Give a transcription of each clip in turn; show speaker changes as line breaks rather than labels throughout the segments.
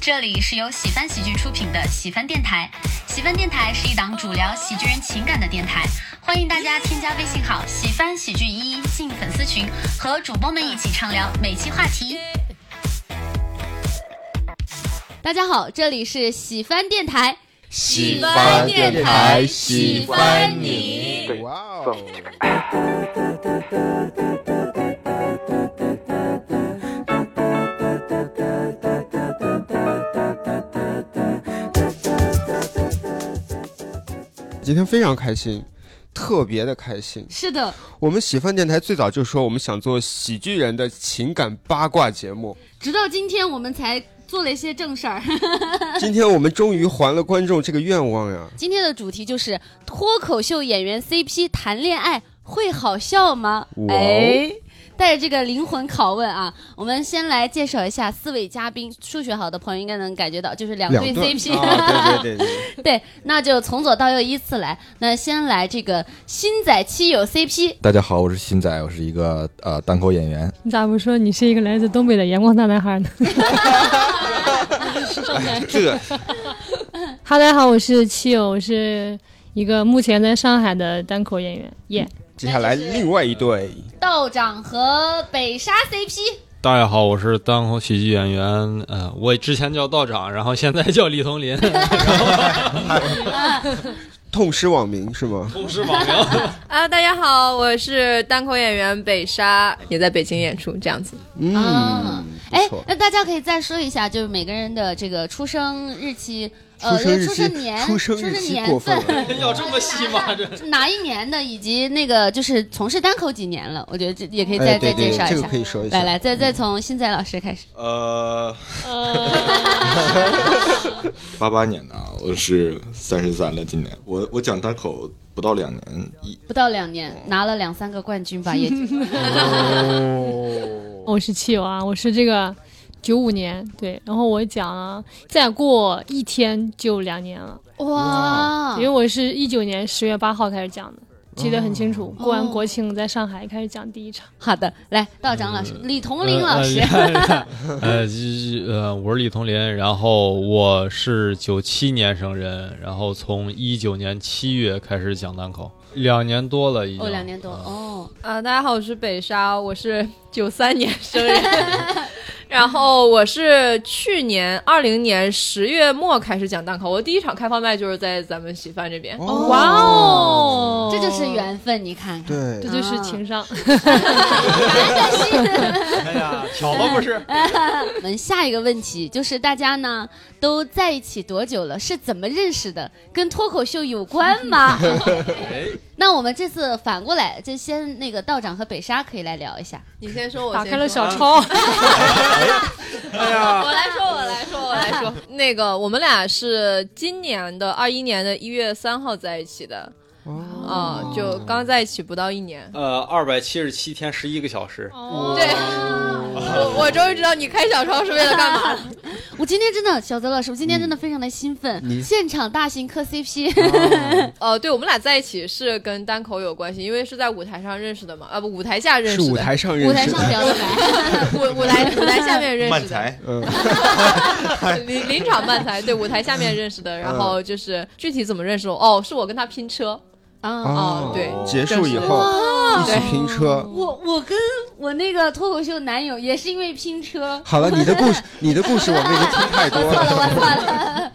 这里是由喜翻喜剧出品的喜翻电台。喜翻电台是一档主聊喜剧人情感的电台，欢迎大家添加微信号“喜翻喜剧一一”进粉丝群，和主播们一起畅聊每期话题。
大家好，这里是喜翻电台，
喜欢电台，喜欢你。
哇哦！今天非常开心，特别的开心。
是的，
我们喜饭电台最早就说我们想做喜剧人的情感八卦节 目，
直到今天我们才做了一些正事 儿。
今天我们终于还了观众这个愿望 呀！
今天的主题就是脱口秀演员 CP 谈恋爱会好笑吗？
哇哦
哎，带着这个灵魂拷问啊，我们先来介绍一下四位嘉宾。数学好的朋友应该能感觉到，就是两对 CP。
啊，对对对 对，
对，那就从左到右依次来。那先来这个新仔七友 CP，
大家好，我是新仔，我是一个呃单口演员。
你咋不说你是一个来自东北的阳光大男孩呢？
这个
哈，大家好，我是七友，我是一个目前在上海的单口演员。耶、
接下来另外一对，
道长和北沙 CP。
大家好，我是单口喜剧演员，呃，我之前叫道长，然后现在叫李 同林，
痛失网名是吗？
同时网名。
啊，大家好，我是单口演员北沙，也在北京演出，这样子。
啊
嗯，
哎
不错，。
那大家可以再说一下，就是每个人的这个出生日期，呃，
出生日
出
期
生年、，
出
出
生日期过
年
分
份，
了。哎
要这么细 吗？这
是哪一年的，以及那个就是从事单口几年了，我觉得这也可以再、
哎对
再介
对，
绍
这
一
个
下。
可以说一下。
来来，再再从新仔老师开始。
呃，
呃，
八八年的啊，我是三十三了，今年我我讲单口不到两年，一
不到两年，拿了两三个冠军吧，也
嗯
我是七友啊，我是这个九五年，对，然后我讲了，再过一天就两年了，
哇
因为我是一九年十月八号开始讲的。
哦
记得很清楚，过完国庆在上海开始讲第一场。
好的，来道长老师，李同林老师，
呃，呃呃就是呃，我是李同林，然后我是九七年生人，然后从一九年七月开始讲单口，两年多了已经。
哦，两年多，哦，
啊，大家好，我是北沙，我是 九三年生人， 然后我是去年二零年十月末开始讲单口，我第一场开放麦就是在咱们喜饭这边。
哦
哦
哇哦，
这就是缘啊分，你看看，
这
对，
就是情商。
哎呀，巧了 不是？
我们下一个问题就是大家呢都在一起多久了？是怎么认识的？跟脱口秀有关吗？那我们这次反过来，就先那个道长和北沙可以来聊一下。
你先说，我
打
先
开了
说
小抄，
我来说，我来说，我来说。哎 那个，我们俩是今年的二一年的一月三号在一起的，
哦
啊、就刚在一起不到一年。
呃，二百七十七天，十一个小时。
哦
对，我 我终于知道你开小抄是为了干嘛了。
我今天真的，小泽老师，我今天真的非常的兴奋，现场大型磕 CP，、
呃，对，我们俩在一起是跟单口有关系，因为是在舞台上认识的嘛，啊不，舞台下认识
是
的，
舞台上
舞
认
台
识
上
的。
聊得来。
舞舞台舞台下面认识的，
嗯，
临临场漫才，对，舞台下面认识的。然后就是具体怎么认识的，哦，是我跟他拼车，
啊，
哦
哦对
结束以后一起拼车。
我我跟我那个脱口秀男友也是因为拼 车，
好了，你的 故事，你的故事我们已经听太多
错了，
了。
我错了。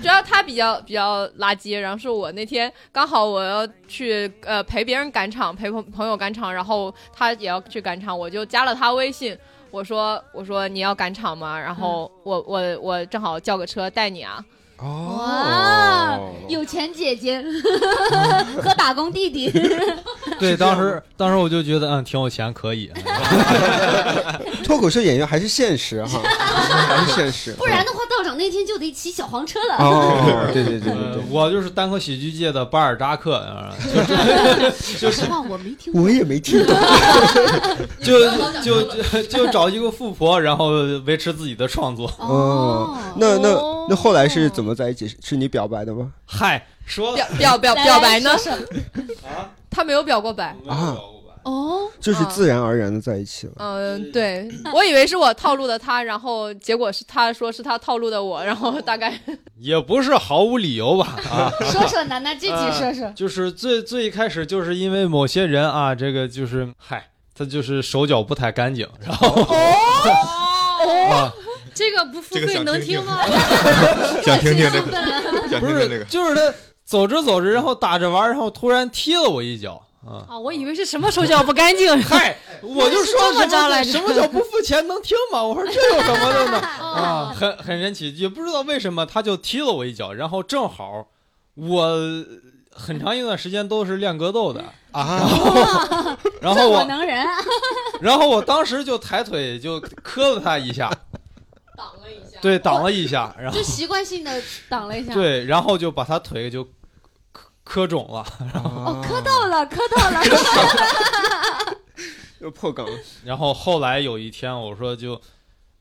主要他比较比较垃圾，然后是我那天刚好我要去呃陪别人赶场，陪朋朋友赶场，然后他也要去赶场，我就加了他微信，我说我说你要赶场吗？然后我我我正好叫个车带你啊，
哇，
哦
有钱姐姐 和打工弟弟，
对，当时当时我就觉得，嗯，挺有钱，可以。
脱口秀演员还是现实 哈，还是现实。
不然的话，道长那天就得骑小黄车了。
哦，对对对对
呃
对，
我就是单口喜剧界的巴尔扎克，呃
说实话，我没听过。
我也没听懂。
就就就就找一个富婆，然后维持自己的创作。
嗯
哦，那那那后来是怎么在一起？是你表白的吗？
嗨，说
表表表
来
表白呢？
说说
他没有表过白，
啊
没有表过白
哦，
就是
啊
自然而然的在一起了。
嗯，对，我以为是我套路的他，然后结果是他说是他套路的我，然后大概
也不是毫无理由吧？啊，
说说楠楠具体
嗯
说说，
就是最最一开始就是因为某些人啊，这个就是嗨，他就是手脚不太干净，然后啊，
这个不付
这个
费
想
能
听
听
听
吗？
想听听 这个，想
不
听听这
是
个，
就是他走着走着，然后打着玩儿，然后突然踢了我一脚啊。
啊，我以为是什么手脚不干净。
嗨，我就说
哎这么
什
着来
么
着
什么叫不付钱能听吗？我说这有什么的呢？
哦
啊，很很神奇，也不知道为什么他就踢了我一脚，然后正好我很长一段时间都是练格斗的 啊， 然后
这我
我
能人，啊
然后我当时就抬腿就磕了他一下，
挡了一下。
对，挡了一下，然后
就习惯性的挡了一下。
对，然后就把他腿就磕磕肿了，
哦，磕到了，磕到了，
嗯
又破梗，
然后后来有一天，我说就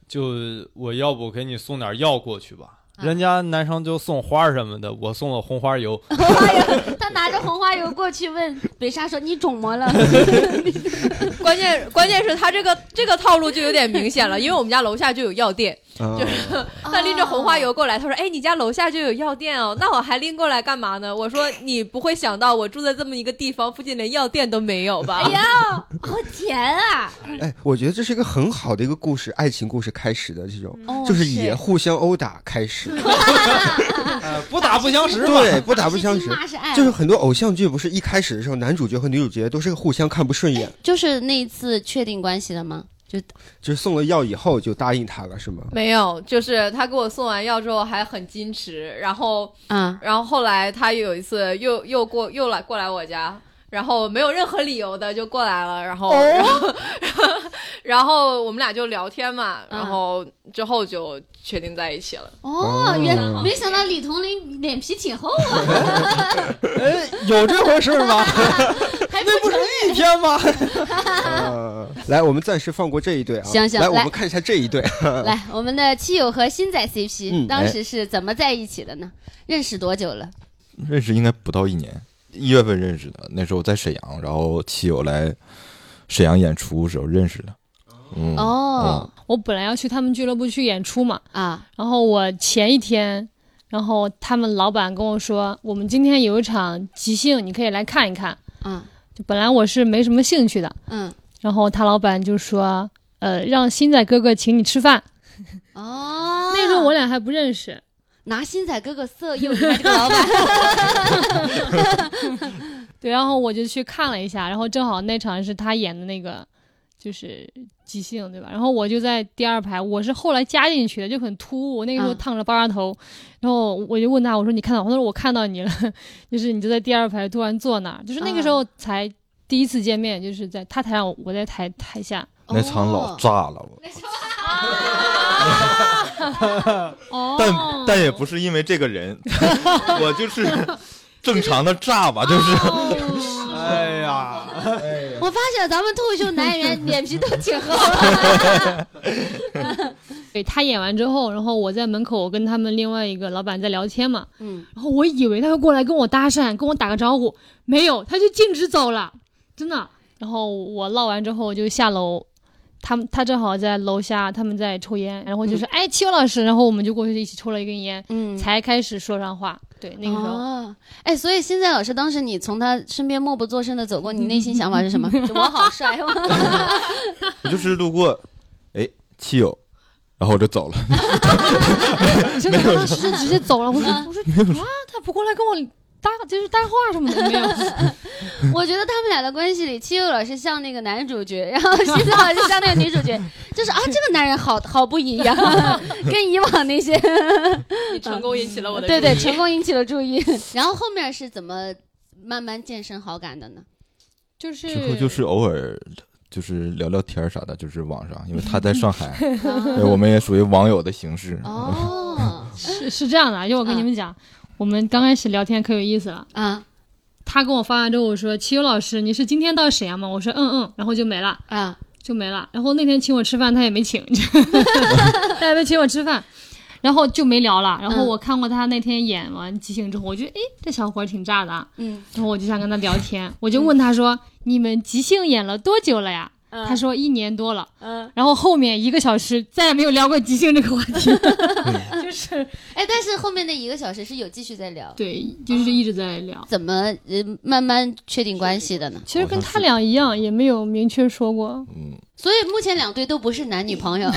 就我要不给你送点药过去吧，
啊
人家男生就送花什么的，我送了红花油，
红花油， 他拿着红花油过去问北沙说：“你肿么了
关键关键是他这个这个套路就有点明显了，因为我们家楼下就有药店，
啊
就
哦
他拎着红花
哦
油过来，他说：“哎，你家楼下就有药店哦，那我还拎过来干嘛呢？”我说：“你不会想到我住在这么一个地方，附近连药店都没有吧？”
哎呀，好甜啊！
哎，我觉得这是一个很好的一个故事，爱情故事开始的这种，
嗯
哦
就是也互相殴打开 始，
呃，不打不相识嘛。
对，不打不相 识
是。亲骂是爱，
就是很多偶像剧不是一开始的时候，男主角和女主角都是互相看不顺眼，
就是那一次确定关系 了吗？
就是送了药以后就答应他了，是吗？
没有，就是他给我送完药之后还很矜持，然后，
嗯
啊，
然后后来他有一次又又过又来过来我家，然后没有任何理由的就过来了，然后，然后，
哦
然后我们俩就聊天嘛，
嗯
然后之后就确定在一起 了。
哦，
嗯
原
哦
没想到李彤林脸皮挺厚啊，
哎，有这回事吗？
还
那不
承
是
认。
一天吗？
呃，来，我们暂时放过这一对啊。
行行
来，我
来
们看一下这一对。
嗯
来，我们的七友和新仔 CP、
哎
嗯
当时是怎么在一起的呢？认识多久了？
认识应该不到一年，一月份认识的，那时候我在沈阳，然后七友来沈阳演出时候认识的。嗯，嗯
哦、
我本来要去他们俱乐部去演出嘛，
啊，
然后我前一天，然后他们老板跟我说，我们今天有一场即兴，你可以来看一看。
嗯
就本来我是没什么兴趣的，
嗯，
然后他老板就说，呃，让新仔哥哥请你吃饭。
哦，
那时候我俩还不认识，
拿新仔哥哥色诱一下这个老板，
对，然后我就去看了一下，然后正好那场是他演的那个，就是即兴，对吧？然后我就在第二排，我是后来加进去的，就很突兀。我那个时候
嗯
烫着包扎头，然后我就问他，我说你看到？他说我看到你了， 就是你就在第二排突然坐那儿，就是那个时候才第一次见面，就是在他台上，我我在台台下。
那场老
哦
炸了我，
哦
但但也不是因为这个人，我就是正常的炸吧，就是
哎呀，
我发现咱们脱口秀男演 员脸皮都挺厚。
对他演完之后，然后我在门口，我跟他们另外一个老板在聊天嘛，
嗯，
然后我以为他会过来跟我搭讪，跟我打个招呼，没有，他就径直走了，真的。然后我唠完之后，我就下楼，他们他正好在楼下，他们在抽烟，然后 就说：“哎，秋老师。”然后我们就过去一起抽了一根烟，
嗯
才开始说上话。对，那个时候、
哦，哎，所以现在老师，当时你从他身边默不作声的走过，你内心想法是什么？ 我好帅 哦！
我就是路过，哎，七友，然后我就走了。
真的，当时就直接走 了。我说：“我说啊，他不过来跟我搭，就是搭话什么 的没有。
我觉得他们俩的关系里，七佑老师像那个男主角，然后徐子老师像那个女主角， 就是啊，这个男人好好不一 样，跟以往那些
你成功引起了我的
对对
注意
成功引起了注意。 然后后面是怎么慢慢渐生好感的呢？”
就是
之后就是偶尔就是聊聊天儿啥的，就是网上，因为他在上海，对我们也属于网友的形式。
哦，
是是这样的啊，就我跟你们讲，我们刚开始聊天可有意思了。
啊
他跟我发完之后，我说：“齐友老师，你是今天到沈阳吗？”我说：“嗯嗯。”然后就没了，
啊，
就没了。然后那天请我吃饭，他也没请，他也没请我吃饭。然后就没聊了。然后
嗯
我看过他那天演完即兴之后，我觉得诶，这小伙儿挺炸的啊，
嗯，
然后我就想跟他聊天，我就问他说：“你们即兴演了多久了呀？”他
嗯
他
说：“一年多了。”
嗯，
然后后面一个小时再也没有聊过即兴这个话题，就是
哎，但是后面那一个小时是有继续在聊，
对，就是一直在聊。
怎么呃慢慢确定关系的呢？
其实跟他俩一样，也没有明确说过，
嗯，
所以目前两队都不是男女朋 友，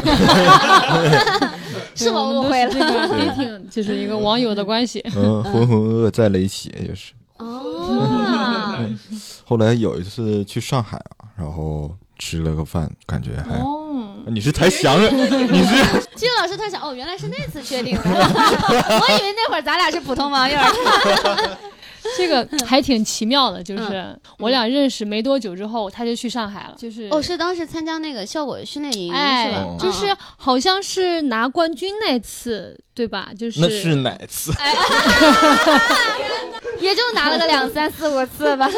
是我误会
对我
了。
们都是这个 dating 就是一个网友的 关系。
嗯，浑浑噩噩在了一起，也是。
哦，
后来有一次去上海啊，然后吃了个饭，感觉还、啊
哦，
你是才想着你是
金老师他想，哦，原来是那次确定的，我以为那会儿咱俩是普通网友。
这个还挺奇妙的，就是我俩认识没多久之后，他就去上海了，就是
嗯哦，是当时参加那个效果训练营
哎
是
哦
啊吧？，
就是好像是拿冠军那次，对吧？就是
那是哪次？
也就拿了个两三四五次吧。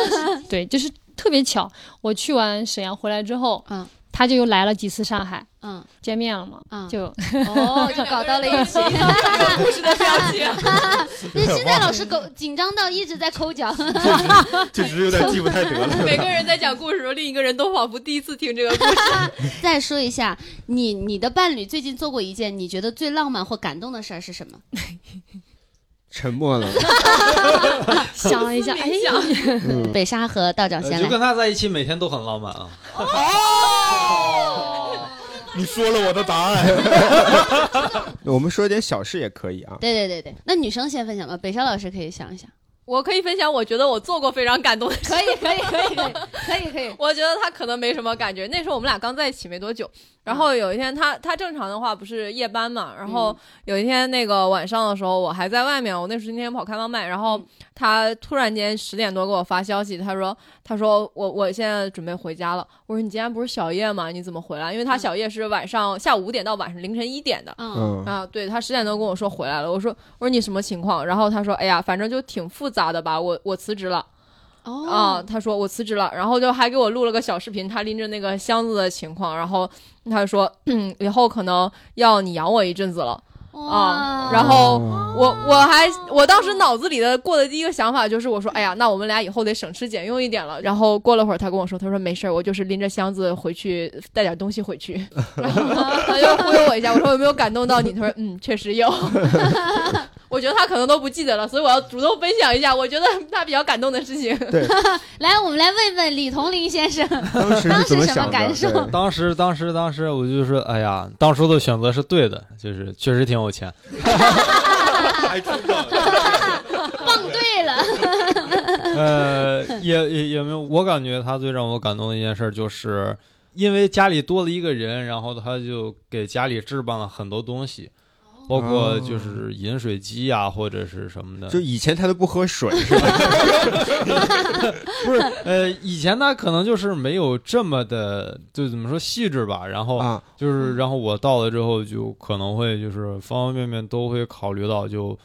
对，就是特别巧，我去完沈阳回来之后，
嗯
他就又来了几次上海
嗯
见面了嘛，
嗯，
就
哦，就搞到了一 起。
故事的表情。
那现在老师狗紧张到一直在抠脚。
确实有点记不太得了。
每个人在讲故事的时候，另一个人都仿佛第一次听这个故事。
再说一下，你你的伴侣最近做过一件你觉得最浪漫或感动的事儿是什么？
沉默了，
想了 一下，哎，
想
北沙和道长
呃
先
就
来。
跟他在一起，每天都很浪漫啊。
哦
你说了我的答案。
我们说点小事也可以啊。
对对对对，那女生先分享吧，北沙老师可以想一想。
我可以分享，我觉得我做过非常感动的 事。
可以可以可以可以可以可以。
我觉得他可能没什么感觉。那时候我们俩刚在一起没多久，然后有一天他他正常的话不是夜班嘛，然后有一天那个晚上的时候我还在外面，我那时候那天跑开放麦，然后他突然间十点多给我发消息，他说他说我我现在准备回家了。我说你今天不是小夜吗？你怎么回来？因为他小夜是晚上下午五点到晚上凌晨一点的。
嗯
嗯，
啊，对他十点多跟我说回来了，我说我说你什么情况？然后他说哎呀，反正就挺复杂的吧，我我辞职了。啊、
哦
他说我辞职了，然后就还给我录了个小视频，他拎着那个箱子的情况，然后他说，嗯，以后可能要你养我一阵子了。
哦
啊
哇
然后
哦
我我还我当时脑子里的过的第一个想法就是，我说，哎呀，那我们俩以后得省吃俭用一点了。然后过了会儿，他跟我说，他说没事儿，我就是拎着箱子回去，带点东西回去。 然后他就忽悠我一下，我说有没有感动到你？他说，嗯，确实 有。我觉得他可能都不记得了，所以我要主动分享一下，我觉得他比较感动的事情。
来，我们来问问李同林先生，
当时
当
是
时
怎么
什么
想的？
感受
对
当时，当时，当时，我就说，哎呀，当初的选择是对的，就是确实挺有 钱。
蹦对了。
呃，也也也没有，我感觉他最让我感动的一件事，就是因为家里多了一个人，然后他就给家里置办了很多东西，包
哦
括就是饮水机呀、或者是什么的。
就以前他都不喝水，是吧？
不是，呃，以前他可能就是没有这么的，就怎么说细致吧。然后
啊，
就是，然后我到了之后，就可能会就是方方面面都会考虑到，就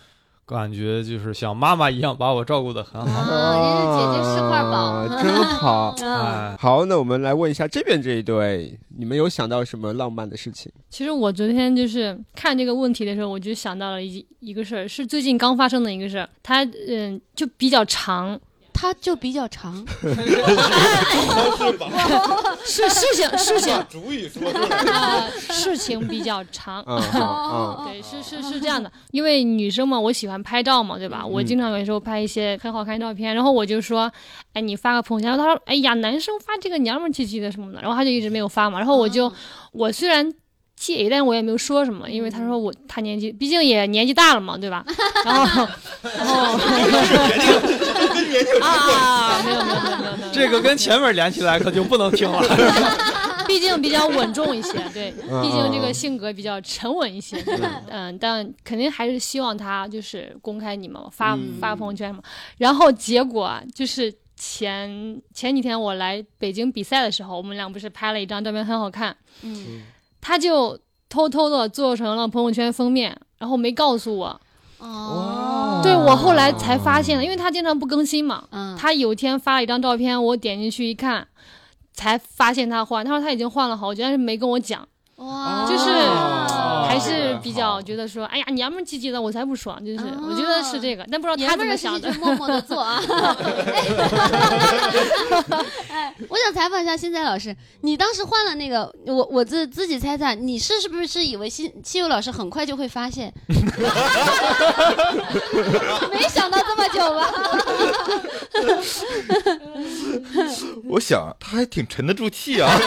感觉就是像妈妈一样把我照顾的很
啊，
好。
人家姐姐是块宝，
啊真 好。
嗯，
哎，
好，那我们来问一下这边这一对，你们有想到什么浪漫的事情？
其实我昨天就是看这个问题的时候，我就想到了一一个事儿，是最近刚发生的一个事儿，它嗯就比较长，
他就比较长，
是事情事情
主语说对了。
啊事情比较长。
嗯，
哦
好，
对，是是是这样的，因为女生嘛，我喜欢拍照嘛，对吧？我经常有时候拍一些很好看的照片，然后我就说，哎，你发个朋友圈。他说，哎呀，男生发这个娘们儿气气的什么的，然后他就一直没有发嘛。然后我就，我虽然介意，但我也没有说什么，因为他说我他年纪，毕竟也年纪大了嘛，对吧？然后，然后啊，没有没有没有没有没有，
这个跟前面连起来可就不能听了。
毕竟比较稳重一些，对，
嗯
毕竟这个性格比较沉稳一些，对吧嗯，但肯定还是希望他就是公开你嘛，发发朋友圈嘛。然后结果啊就是前前几天我来北京比赛的时候，我们俩不是拍了一张照片，很好看，
嗯，
他就偷偷的做成了朋友圈封面，然后没告诉我，
哦，
对我后来才发现的，因为他经常不更新嘛，
嗯，
他有一天发了一张照片，我点进去一看，才发现他换。他说他已经换了好久，但是没跟我讲。
哇，
就是
哦
还是比较觉得说，哎呀，娘们儿唧唧的，我才不爽，就是
啊
我觉得是这个，哦但不知道
爷
他
哦们
怎
儿的
么
事情
想的
就。默默的做啊。哎，我想采访一下新仔老师，你当时换了那个，我我自自己猜猜，你是是不是以为新西柚老师很快就会发现？没想到这么久吧？
我想他还挺沉得住气啊。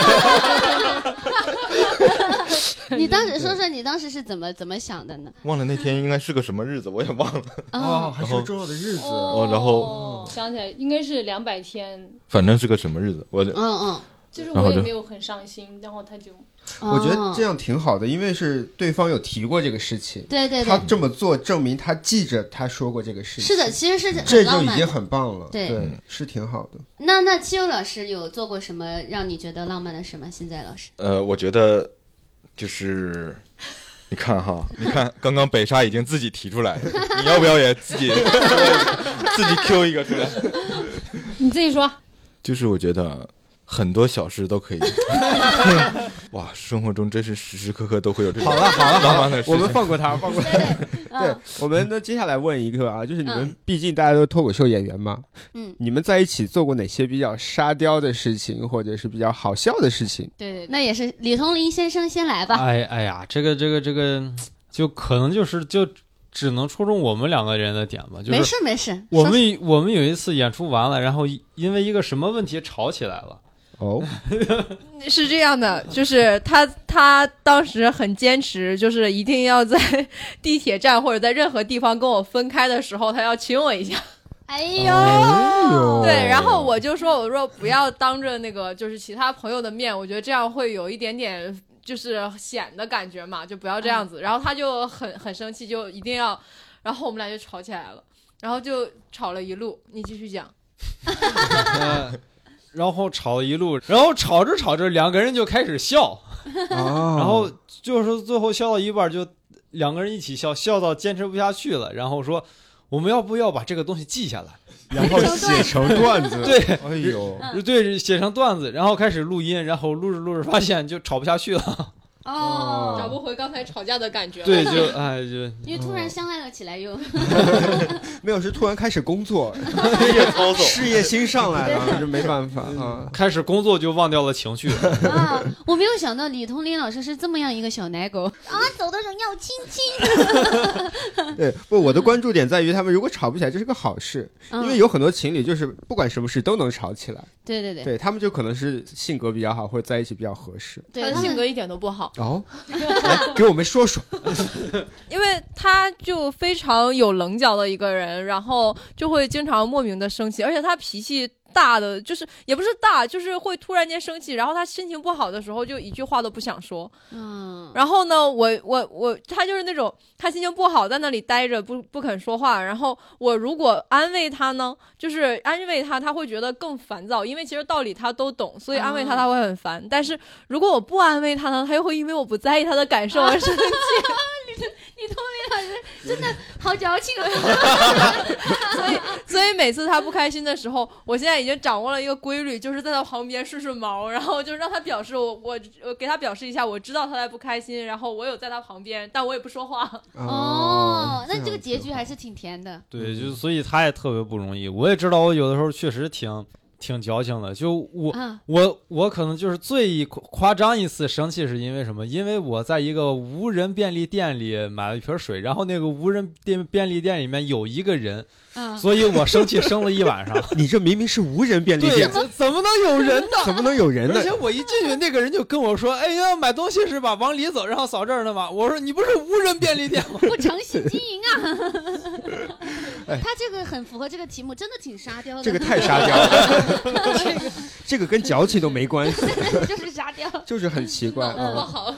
你当时说说你当时是怎么怎么想的呢？
忘了那天应该是个什么日子，我也忘了。
啊，
还是重要的日子
哦然后
想起来应该是两百天，
反正是个什么日子，我
嗯嗯，
就是
然后
我也
就
没有很上心，然后他就
我觉得
哦
这样挺好的，因为是对方有提过这个事情，
对对
他
对，
这么做证明他记着他说过这个事情，
是的，，其实是很
这就
浪
已
漫
经
的。
很棒了，
对
嗯
是挺好的。
那那七友老师有做过什么让你觉得浪漫的事吗？新仔老师，
呃，我觉得就是，你看哈，你看刚刚北沙已经自己提出来，你要不要也自己自己 Q 一个出来？
你自己说，
就是我觉得很多小事都 可以。哇，生活中真是时时刻刻都会有这 种
好了好了
浪
好
漫的
了
事，情。
我们放过他，放过他。 对，嗯我们那接下来问一个啊，就是你们毕竟大家都是脱口秀演员嘛，
嗯，
你们在一起做过哪些比较沙雕的事情，或者是比较好笑的事情？
对对，那也是李同林先生先来吧。
哎哎呀，这个这个这个，就可能就是就只能戳中我们两个人的点吧，就
没
是
事没事，
我
说
们我们有一次演出完了，然后一因为一个什么问题吵起来了。
哦，
是这样的，就是他他当时很坚持，就是一定要在地铁站或者在任何地方跟我分开的时候，他要亲我一下。
哎呦，
呦
对，然后我就说，我说不要当着那个就是其他朋友的面，我觉得这样会有一点点就是显的感觉嘛，就不要这样子。然后他就很很生气，就一定要，然后我们俩就吵起来了，然后就吵了一路。你继续讲，
嗯， 然后吵了一路，然后吵着吵着，两个人就开始笑，然
然
后就是最后笑到一半儿就两个人一起笑，笑到坚持不下去了，然后说我们要不要把这个东西记下来？
然后写成段子，
对，
哎呦，
对，写成段子，然后开始录音，然后录着录着发现就吵不下去了，
哦，
找不回刚才吵架的感觉了。
对，就 哎就
因为突然相爱了起来 又，
没有是突然开始工作， 事业心上来了，这没办法啊。
开始工作就忘掉了 情绪。
啊，我没有想到李同林老师是这么样一个小奶狗啊，走的人要亲亲，
对，不，我的关注点在于他们如果吵不起来，这是个好事，因为
有
有很多情侣就是不管什么事都能吵起来，
嗯对对对
对他们就可能是性格比较好，或者在一起比较合适。
他
对，
的
他
性
们
格一点都不好。
哦，来给我们说说，
因为他就非常有棱角的一个人，然后就会经常莫名的生气，而且他脾气大的就是也不是大，就是会突然间生气，然后他心情不好的时候就一句话都不想说。
嗯，
然后呢，我我我，他就是那种他心情不好，在那里待着不不肯说话。然后我如果安慰他呢，就是安慰他，他会觉得更烦躁，因为其实道理他都懂，所以安慰他
啊
他会很烦。但是如果我不安慰他呢，他又会因为我不在意他的感受而生气。
李同林老师真的好矫情啊，
所以每次他不开心的时候，我现在已经掌握了一个规律，就是在他旁边顺顺毛，然后就让他表示我我我给他表示一下，我知道他在不开心，然后我有在他旁边，但我也不说话。
哦，那这个结局还
是
是挺甜的，
对，就所以他也特别不容易。我也知道，我有的时候确实挺挺矫情的。就我
啊，
我我可能就是最夸夸张一次生气是因为什么？因为我在一个无人便利店里买了一瓶水，然后那个无人店便利店里面有一个人，
嗯，
所以我生气生了一 晚上。
你这明明是无人便利
对，
店，
怎怎么能有人呢？
怎么能有人呢
而？且我一进去，那个人就跟我说：“哎呀，买东西是吧？往里走，然后扫这儿的嘛。”我说：“你不是无人便利店吗
不诚信经营啊！他这个很符合这个题目，真的挺沙雕的，
哎这个太沙雕了，这个跟矫情都没关系，
就是沙雕。
就是很奇怪。
不
啊。
好，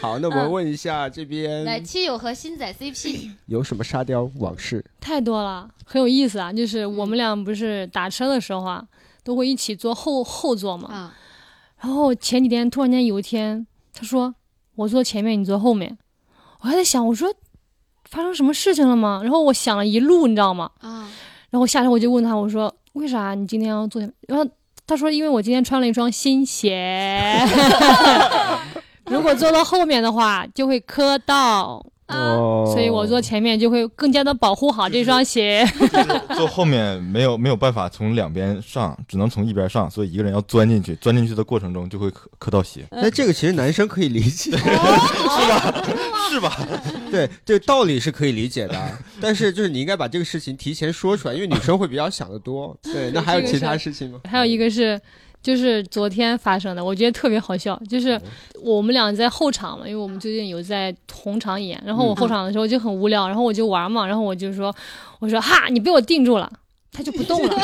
好，那我们问一下这边
来，七友和新仔 CP，
有什么沙雕往事？
太多了，很有意思啊。就是我们俩不是打车的时候啊，都会一起坐后后座嘛。
啊，
然后前几天突然间有一天，他说我坐前面，你坐后面。我还在想，我说发生什么事情了吗？然后我想了一路，你知道吗？
啊，
然后我下车我就问他，我说为啥你今天要坐前面？然后他说因为我今天穿了一双新鞋。 如果坐到后面的话，就会磕到，
啊，
所以我坐
哦
前面就会更加的保护好这双鞋。
坐后面没有没有办法从两边上，只能从一边上，所以一个人要钻进去，钻进去的过程中就会磕磕到鞋，
那这个其实男生可以理解，
是吧？
对，这个道理是可以理解的，啊但是就是你应该把这个事情提前说出来，因为女生会比较想得 多。对，那还有其他事情吗？
还有一个是，就是昨天发生的，我觉得特别好笑，就是我们俩在后场嘛，因为我们最近有在红场演，然后我后场的时候就很无聊，然后我就玩嘛，然后我就说，我说哈，你被我定住了。他就不动了，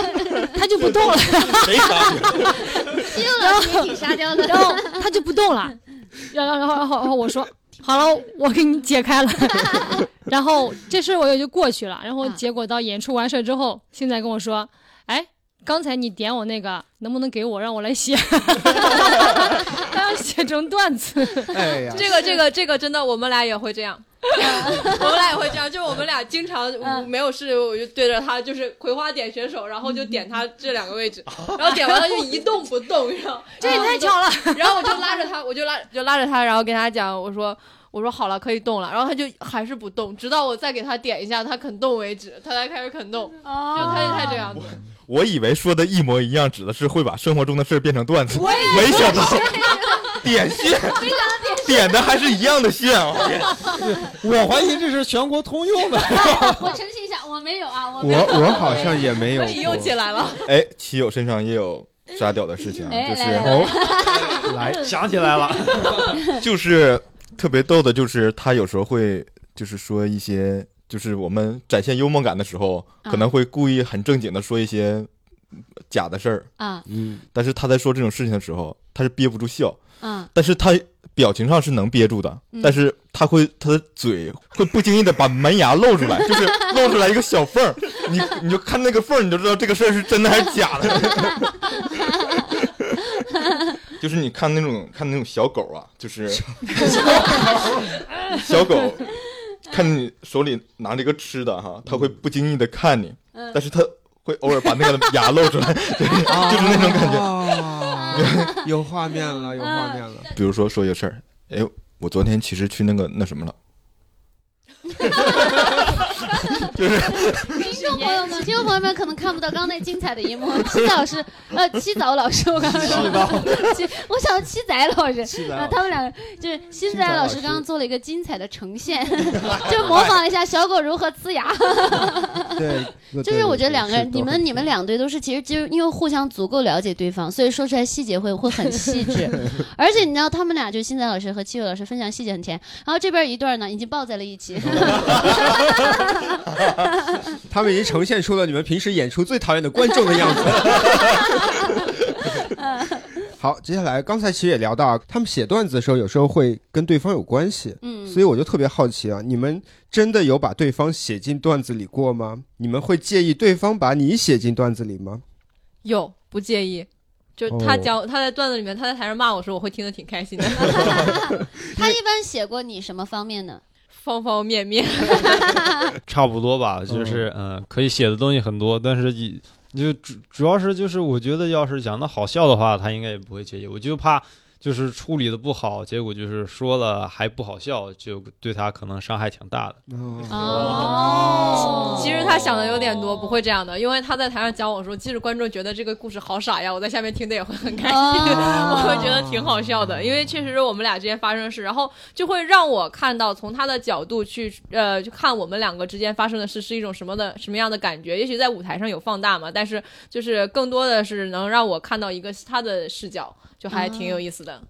他就不动了，
谁傻逼？
定了集体沙雕的，
然后他就不动了， 然后然后然后然后我说好了，我给你解 开了，然后这事儿我也就过去了，然后结果到演出完事儿之后，现在跟我说，哎，刚才你点我那个能不能给我让我来 写，他要写成段子，
哎 呀，
这个这个这个真的，我们俩也会这样，我们俩也会这样，就我们俩经常
嗯
没有事，我就对着他就是葵花点选手，然后就点他这两个位置，然后点完了就一动不动，然后
这也太巧了，
然后我就拉着他，我就拉就拉着他，然后跟他讲，我说我说好了，可以动了，然后他就还是不动，直到我再给他点一下，他肯动为止，他才开始肯动，就
哦，
他就他这样子。
我以为说的一模一样，指的是会把生活中的事儿变成段子， 没想到 点线，点的还是一样的线。啊
我 怀疑这是全国通 用的。
我澄清一下，我没有啊，我
我
没有
我好像也没有
你又起
过。
来了，
哎，骑友身上也有沙雕的事情啊，
哎
就是。
来来来
来，想起来了，
就是特别逗的，就是他有时候会就是说一些，就是我们展现幽默感的时候，
嗯
可能会故意很正经的说一些假的事儿，
啊，
嗯，
但是他在说这种事情的时候，他是憋不住笑，
嗯，
但是他表情上是能憋住的，
嗯
但是他会他的嘴会不经意的把门牙露出来，就是露出来一个小缝儿，你你就看那个缝儿，你就知道这个事儿是真的还是假的。就是你看那种看那种小狗啊，就是 小狗看你手里拿着一个吃的哈，它会不经意的看你，但是它会偶尔把那个牙露出来，就是
啊
就是那种感觉。
哦
觉。 有画面了，有画面
嗯
了。
比如说说一个事儿，哎，我昨天其实去那个那什么了，
听众朋友呃们，听众朋友们可能看不到刚才精彩的一 幕，七老师，呃，七早老师，我刚刚说，七，我想七仔老师，啊，他们两个就是新仔老师刚刚做了一个精彩的呈现， 就模仿了一下小狗如何呲牙。
对，
就是我觉得两个人，你们你们两队都是，其实就是因为互相足够了解对方，所以说出来细节会会很细 致。而且你知道，他们俩就是新仔老师和七友老师分享细节很甜，然后这边一段呢已经抱在了一 起。
他们已经呈现出了你们平时演出最讨厌的观众的样子。
嗯
好，接下来刚才其实也聊到，啊他们写段子的时候，有时候会跟对方有关系，
嗯，
所以我就特别好奇啊，你们真的有把对方写进段子里过吗？你们会介意对方把你写进段子里吗？
有不介意。就
哦
他讲、他在段子里面，他在台上骂我说，我会听得挺开心的，
他一般写过你什么方面 呢？
方方面面。
差不多吧，就是嗯、呃可以写的东西很多，但是一就主主要是就是我觉得要是讲的好笑的话，他应该也不会介意，我就怕。就是处理的不好，结果就是说了还不好笑，就对他可能伤害挺大的。
哦
其实他想的有点多，不会这样的，因为他在台上讲我说，即使观众觉得这个故事好傻呀，我在下面听的也会很开心，我
哦
会觉得挺好笑的，因为确实是我们俩之间发生的事，然后就会让我看到从他的角度去呃去看我们两个之间发生的事是一种什么的什么样的感觉，也许在舞台上有放大嘛，但是就是更多的是能让我看到一个他的视角，就还挺有意思的。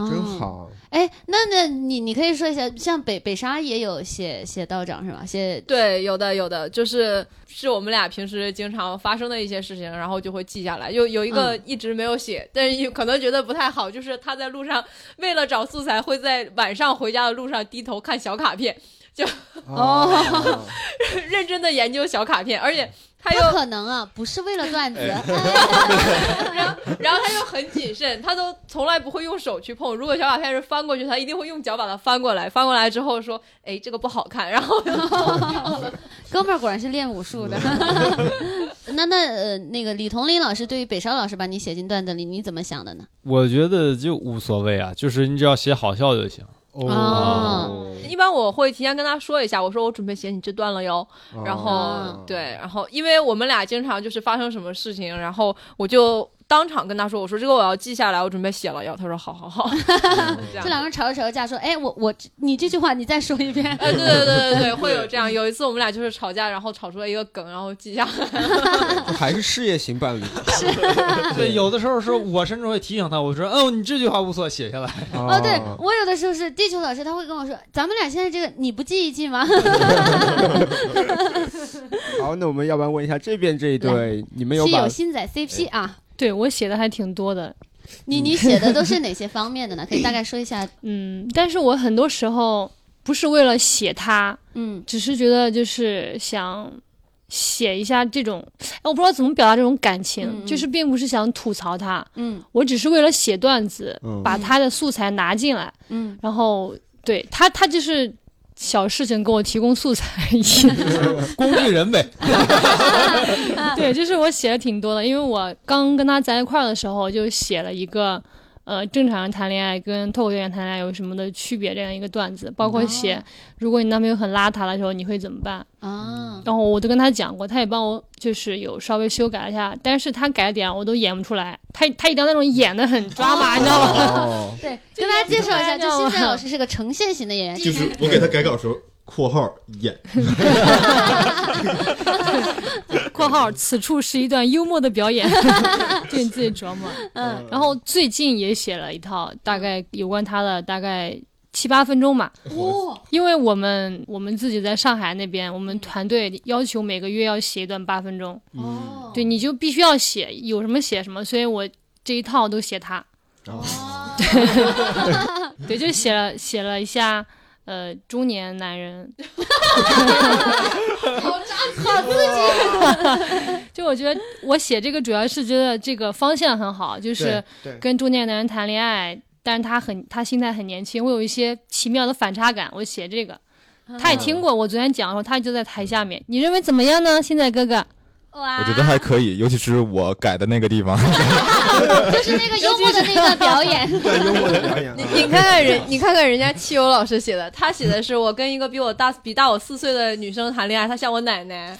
真
哦。
好，
哎，那那你你可以说一下，像北北沙也有写写道长是吧？写
对，有的有的，就是是我们俩平时经常发生的一些事情，然后就会记下来。有有一个一直没有写，但是可能觉得不太好，就是他在路上为了找素材，会在晚上回家的路上低头看小卡片，
哦，
认真的研究小卡片，而且他 又
不可能啊，不是为了段子，哎
然后他又很谨慎，他都从来不会用手去碰。如果小卡片是翻过去，他一定会用脚把它翻过来。翻过来之后说：“哎，这个不好看。”然后
哥们儿果然是练武术的。那那呃，那个李同林老师对于北烧老师把你写进段子里，你怎么想的呢？
我觉得就无所谓啊，就是你只要写好笑就行。
哦
一般我会提前跟他说一下，我说我准备写你这段了哟。然后、
哦
对，然后因为我们俩经常就是发生什么事情，然后我就当场跟他说：“我说这个我要记下来，我准备写了哟。”他说：“好好好。”这样
这两个人吵着吵着架说：“哎，我我你这句话你再说一 遍。
哦
哎， 对对对对对，会有这样。有一次我们俩就是吵架，然后吵出了一个梗，然后记下来。
就还是事业型伴侣
对，哦有的时候是我甚至会提醒他，我说：“哦，你这句话不错，写下来。
哦，对我有的时候是地球老师，他会跟我说：“咱们俩现在这个你不记一记 吗
好，那我们要不然问一下这边这一对，你？”们有哎
是
把
有新仔 CP 啊，
对我写的还挺多的，
嗯
你你写的都是哪些方面的呢？可以大概说一 下。
嗯，但是我很多时候不是为了写它，
嗯，
只是觉得就是想写一下这种，哎，我不知道怎么表达这种感情，
嗯嗯
就是并不是想吐槽他，
嗯
我只是为了写段子，
嗯
把他的素材拿进来，
嗯，
然后对他，他就是小事情给我提供素材 而已。
工具人呗，
对，就是我写的挺多的，因为我刚跟他在一块儿的时候就写了一个，呃，正常人谈恋爱跟脱口秀演员谈恋爱有什么的区别这样一个段子，包
嗯
括写、
哦
如果你男朋友很邋遢的时候你会怎么办，
啊，
然后我都跟他讲过，他也帮我就是有稍微修改了一下，但是他改的点我都演不出来，他他一定要那种演的很抓马，你知道吗？
哦，
对，跟大家介绍一下，
就
就是新仔老师是个呈现型的 演员，
就是我给他改稿的时候，括号演，
括号此处是一段幽默的表演，对你自己琢磨。
嗯，
然后最近也写了一套，大概有关他的大概七八分钟吧。
哇，
因为我们我们自己在上海那边，我们团队要求每个月要写一段八分钟，
哦，
对，你就必须要写，有什么写什么，所以我这一套都写他，
哦，
对，就写了写了一下，呃，中年男人，
好扎啊 好刺激，
啊就我觉得我写这个主要是觉得这个方向很好，就是
对
跟中年男人谈恋爱，但是他很他心态很年轻，会有一些奇妙的反差感，我写这个。
啊
他也听过我昨天讲的时候，他就在台下面。你认为怎么样呢？现在哥哥，
哇，
我觉得还可以，尤其是我改的那个地方，
就是那个幽默的那 段表演，
对幽默的 表演啊
你 你看看 人，你看看人家汽油老师写的，他写的是我跟一个比我大比大我四岁的女生谈恋爱，她像我奶奶。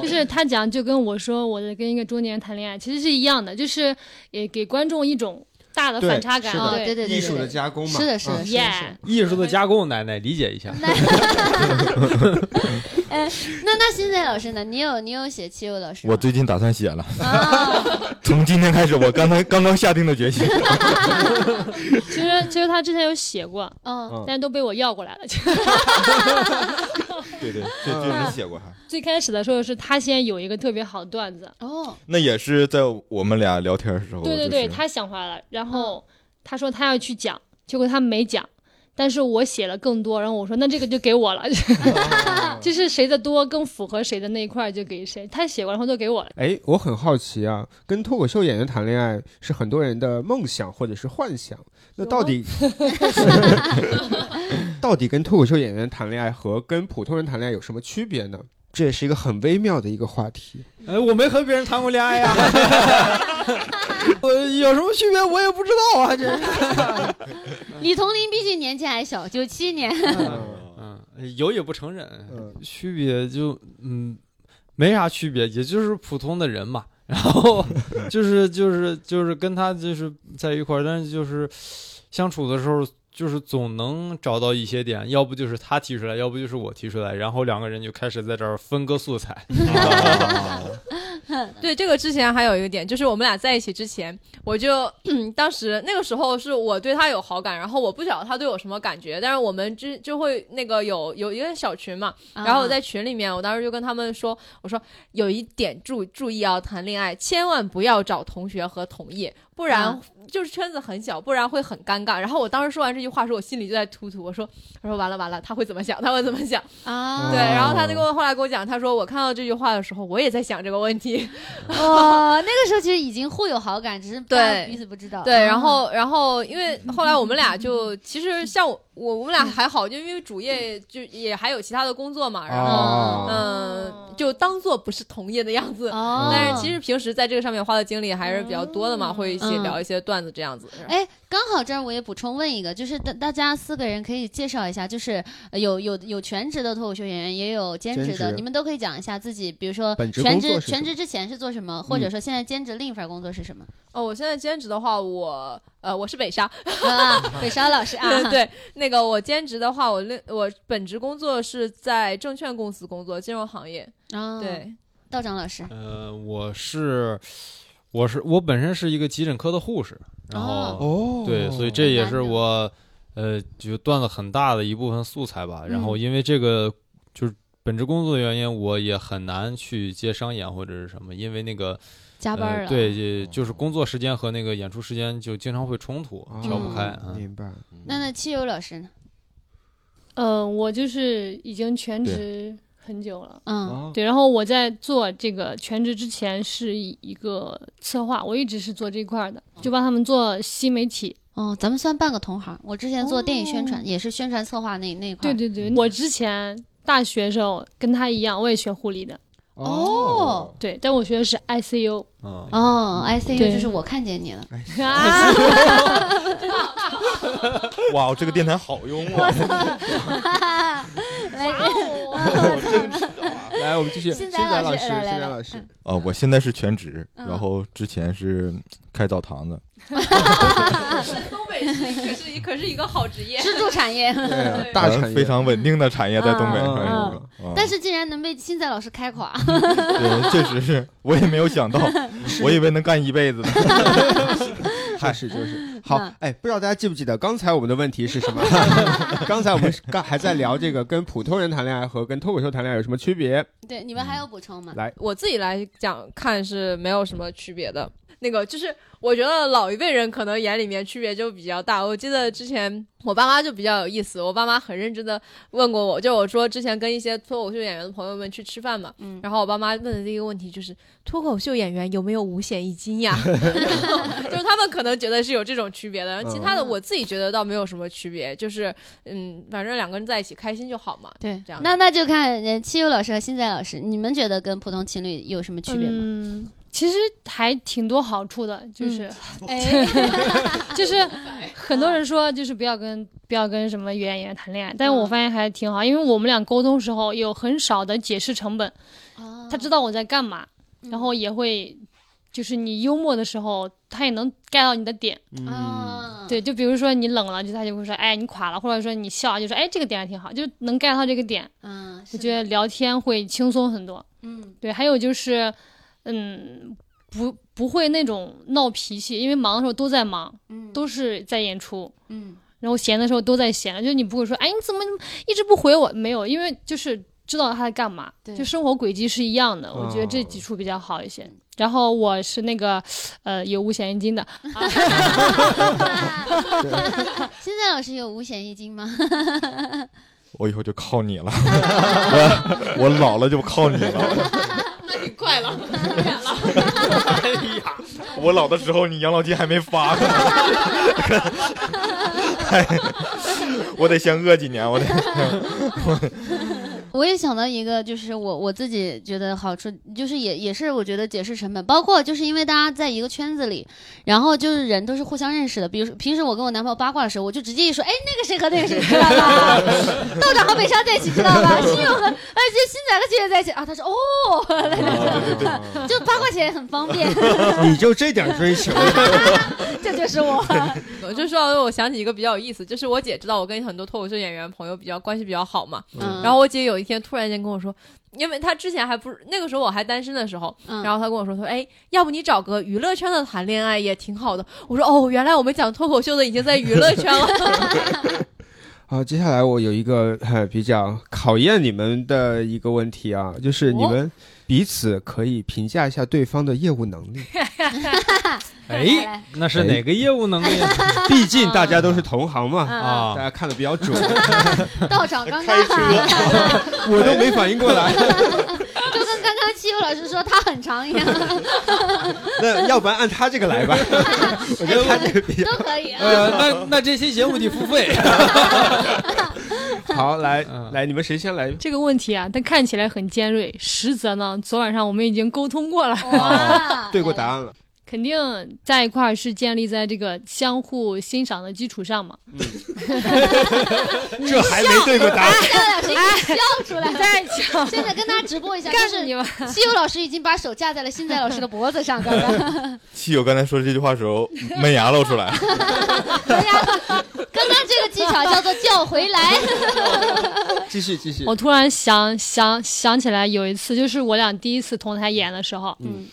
就是他讲就跟我说我在跟一个中年人谈恋爱，其实是一样的，就是也给观众一种大的
对
反差感啊
是。的
哦，对
对
对对，
艺术的加工嘛，嗯
是的，是的，是的，是的
Yeah
艺术的加工，奶奶理解一下。
哎，那那新仔老师呢？你有你有写七友老师吗？
我最近打算写了。
啊，
从今天开始，我刚才刚刚下定的决心。
其实其实他之前有写过，
哦，
嗯
但是都被我要过来了。 就
对对，这这没写过哈。
最开始的时候是他先有一个特别好的段子，
哦，
那也是在我们俩聊天的时候，
对对对，
就是
他想回来了，然后他说他要去讲，结果他没讲。但是我写了更多，然后我说那这个就给我了，嗯就是谁的多更符合谁的那一块儿就给谁。他写过，然后就给我了。
哎，我很好奇啊，跟脱口秀演员谈恋爱是很多人的梦想或者是幻想，那
啊
到 底到底跟脱口秀演员谈恋爱和跟普通人谈恋爱有什么区别呢？这也是一个很微妙的一个话题。
哎，我没和别人谈过恋 爱呀、啊我有什么区别我也不知道啊，这。
李同林毕竟年纪还小，九七年，
嗯，有也不承认，
嗯
区别就嗯没啥区别，也就是普通的人嘛。 然后就是就是就是跟他就是在一块儿，但是就是相处的时候，就是总能找到一些点，要不就是他提出来，要不就是我提出来，然后两个人就开始在这儿分割素材。
对，这个之前还有一个点，就是我们俩在一起之前，我就 当时那个时候是我对他有好感，然后我不晓得他对我什么感觉，但是我们之就会那个有有一个小群嘛，然
啊
后我在群里面，我当时就跟他们说，我说有一点注注意啊，谈恋爱千万不要找同学和同业，不然
啊
就是圈子很小，不然会很尴尬。然后我当时说完这句话时，候，我心里就在突突，我说我说完了完了，他会怎么想？他会怎么想？
啊，
对，然后他就跟我后来跟我讲，他说我看到这句话的时候，我也在想这个问题。
哦，那个时候其实已经互有好感，只是大家
对
彼此不知道。
对，然后然后因为后来我们俩就其实像我我我们俩还好，就因为主业就也还有其他的工作嘛，然后
啊
哦
嗯，就当做不是同业的样子。
哦，
但 是其实平时在这个上面花的精力还是比较多的嘛，会一起
嗯
聊一些段子这样子。
哎，刚好这儿我也补充问一个，就是大大家四个人可以介绍一下，就是呃有有有全职的脱口秀演员，也有兼职的，
兼职
你们都可以讲一下自己，比如说
本职
全
工作
职
嗯是什么
全职之前是做什么，或者说现在兼职另一份工作是什么？
哦，我现在兼职的话，我呃我是北沙，
啊，北沙老师啊，
对，对，那个我兼职的话，我另我本职工作是在证券公司工作，金融行业。
啊，
对，
道长老师，
呃，我是我是我本身是一个急诊科的护士，然后、
哦
对，所以这也
难
是
得
我呃就段子很大的一部分素材吧。然后
嗯
因为这个就是本职工作的原因，我也很难去接商演或者是什么，因为那个
加班儿
呃
了，
对，也
哦
就是工作时间和那个演出时间就经常会冲突，调不开。
哦
嗯
明白。
那那七友老师呢？
嗯，我就是已经全职很久了。
嗯，
哦
对，然后我在做这个全职之前是一个策划，我一直是做这一块儿的，就帮他们做新媒体。
哦，咱们算半个同行。我之前做电影宣传，也是宣传策划那那一块
对
儿。
对对，我之前大学时候跟他一样，我也学护理的，
哦
对，但我学的是 ICU。
嗯，
哎
哦，ICU
对
就是我看见你了。
啊，
哇，我这个电台好用啊！
来，我们继续。
新
新
仔
仔
老
老
师
师，
来
新
来
仔
来
老师，
啊，我现在是全职，
嗯
然后之前是开澡堂子，
东北可是可是一个好职业。
支柱产业。
对啊，大
呃
产业
非常稳定的产业在东北。
嗯
反正
嗯
嗯
但是竟然能被新仔老师开垮，
对，确实是我也没有想到，我以为能干一辈子呢。
还是就是好
嗯。
哎，不知道大家记不记得刚才我们的问题是什么？刚才我们是刚还在聊这个跟普通人谈恋爱和跟脱口秀谈恋爱有什么区别？
对你们还有补充吗？
我自己来讲看是没有什么区别的。那个就是，我觉得老一辈人可能眼里面区别就比较大。我记得之前我爸妈就比较有意思，我爸妈很认真的问过我，就我说之前跟一些脱口秀演员的朋友们去吃饭嘛，
嗯
然后我爸妈问的第一个问题就是脱口秀演员有没有五险一金呀？ 就是他们可能觉得是有这种区别的，然后其他的
嗯
我自己觉得倒没有什么区别，就是嗯，反正两个人在一起开心就好嘛。
对
这样
那那就看呃七友老师和新仔老师，你们觉得跟普通情侣有什么区别吗？
嗯，其实还挺多好处的，就是、
哎，
就是很多人说就是不要跟不要跟什么语言演员谈恋爱，
嗯
但我发现还挺好，因为我们俩沟通时候有很少的解释成本，他知
道，
道我在干嘛，
嗯
然后也会就是你幽默的时候，他也能 get 到你的点。
嗯
啊，
对，就比如说你冷了，就他就会说哎你垮了，或者说你笑，就说哎这个点还挺好，就能 get 到这个点。
嗯，
我
是
觉得聊天会轻松很多。
嗯
对，还有就是，嗯，不不会那种闹脾气，因为忙的时候都在忙，
嗯
都是在演出，
嗯
然后闲的时候都在闲，就是你不会说，哎，你怎么一直不回我？没有，因为就是知道他在干嘛，
对
就生活轨迹是一样的。我觉得这几处比较好一些。然后我是那个，呃，有五险一金的，
新仔老师有五险一金吗？
我以后就靠你了，我我老了就靠你了。
那挺快了，
哎呀，
我老的时候，你养老金还没发呢。哎我得先饿几年，我得
我也想到一个，就是我我自己觉得好处，就是也也是我觉得解释成本，包括就是因为大家在一个圈子里，然后就是人都是互相认识的。比如说平时我跟我男朋友八卦的时候，我就直接一说，哎，那个谁和那个谁知道吧？道长和北沙在一起知道 吧？新友和而且新仔和金月在一起啊，他说哦， 就八卦起来很方 便，
你就这点追求，
这就是我。
我就说，我想起一个比较有意思，就是我姐知道我跟很多脱口秀演员朋友比较关系比较好嘛，
嗯
然后我姐有一天突然间跟我说，因为她之前还不是那个时候我还单身的时候，
嗯
然后她跟我说，她说哎，要不你找个娱乐圈的谈恋爱也挺好的。我说哦，原来我们讲脱口秀的已经在娱乐圈了。
好，啊接下来我有一个呃比较考验你们的一个问题啊，就是你们彼此可以评价一下对方的业务能力。
哎，那是哪个业务能 力啊
毕竟大家都是同行嘛，
啊
大？家看的比较准，
到场刚刚
开车，
我都没反应过来。
就跟刚刚七友老师说他很长一样，
那要不然按他这个来吧，我觉得他这个比较
都可以。
呃，那那这期节目得付 费。
好。来
嗯
来，你们谁先来？
这个问题啊，它看起来很尖锐，实则呢，昨晚上我们已经沟通过了，
哇
对过答案了，
肯定在一块儿是建立在这个相互欣赏的基础上嘛。
这还没对过答案。
七友老师已经笑出来了。
再讲，
真的跟他直播一下，
干
就
死
是
你吧！
七友老师已经把手架在了新仔老师的脖子上，刚 刚
七友刚才说这句话的时候，门牙露出来。
大家刚刚这个技巧叫做叫回来，
继续继续，
我突然想想想起来，有一次就是我俩第一次同台演的时候，
嗯，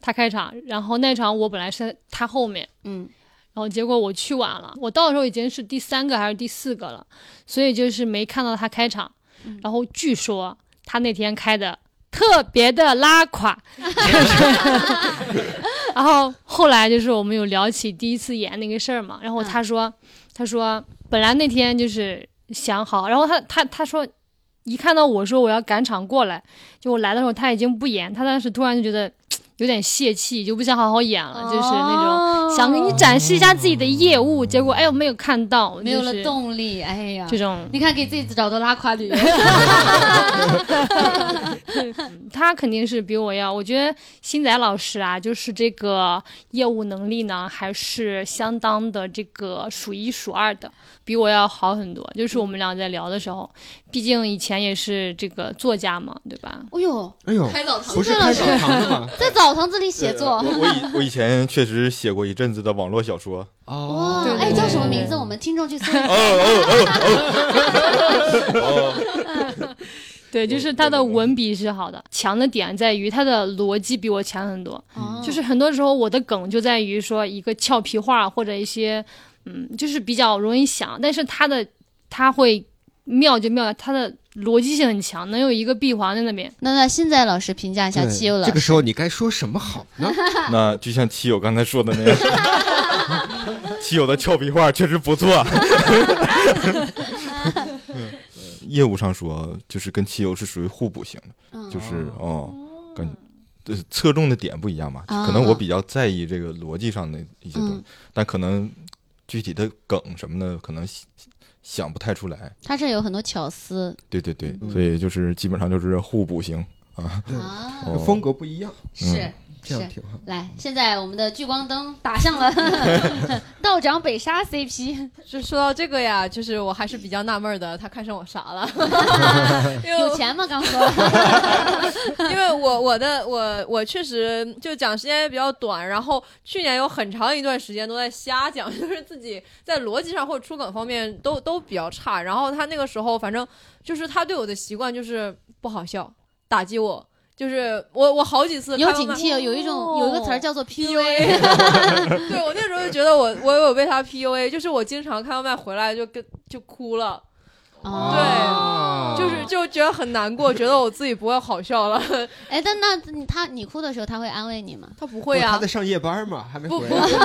他开场，然后那场我本来是在他后面，
嗯，
然后结果我去晚了，我到的时候已经是第三个还是第四个了，所以就是没看到他开场。然后据说他那天开的特别的拉垮，就是。然后后来就是我们有聊起第一次演那个事儿嘛，然后他说，他说本来那天就是想好，然后他他他说。一看到我说我要赶场过来，就我来的时候他已经不演，他当时突然就觉得有点泄气，就不想好好演了，啊就是那种
种
想给你展示一下自己的业务，结果哎呦没有看到，
没有
就
了
是
动力，哎呀
这，种，
你看给自己找到拉垮理由，
他肯定是比我要。我觉得新仔老师啊，就是这个业务能力呢，还是相当的这个数一数二的，比我要好很多。就是我们俩在聊的时候，毕竟以前也是这个作家嘛，对吧？
哎呦，
哎呦，
开澡
不是 开澡堂的 吗？
在澡堂子里写作
我。我以我以前确实写过一阵子的网络小说。
哦
哇，哎，叫什么名字？我们听众去搜一
哦
下。
哦哦哦！
对，就是他的文笔是好的，强的点在于他的逻辑比我强很多。
哦
就是很多时候我的梗就在于说一个俏皮话或者一些，嗯，就是比较容易想，但是他的他会妙就妙在他的逻辑性很强，能有一个闭环在那边。
那那现在老师评价一下七友老
这个
师，
时候你该说什么好呢？
那就像七友刚才说的那样，七友的俏皮话确实不错。嗯业务上说，就是跟七友是属于互补型的，
嗯
就是哦，感
嗯
呃侧重的点不一样嘛。
啊
可能我比较在意这个逻辑上的一些东西
嗯，
但可能具体的梗什么的，可能想想不太出来。
他这有很多巧思
对对对，
嗯
所以就是基本上就是互补型啊。
啊，
哦
风格不一样，
是
嗯这
是。
样挺好。
来，现在我们的聚光灯打向了道长北沙 CP，
就说到这个呀，就是我还是比较纳闷儿的，他看上我 啥了？ 因为
有
我
钱吗？刚说
因为我我的我我确实就讲时间也比较短，然后去年有很长一段时间都在瞎讲，就是自己在逻辑上或者出梗方面都 都比较差。然后他那个时候，反正就是他对我的习惯就是不好笑，打击我，就是我我好几次
有
开外
警
卖
惕哦，有 一种有一个词儿叫做 PUA，
PUA，对我那时候就觉得我我有被他 PUA，就是我经常看外卖回来就跟就哭了，
哦
啊
就是就觉得很难过，觉得我自己不会好笑了。
哎，但那你他你哭的时候，他会安慰你吗？
他不会啊
他在，上夜班嘛，还没
不不
回
不
来。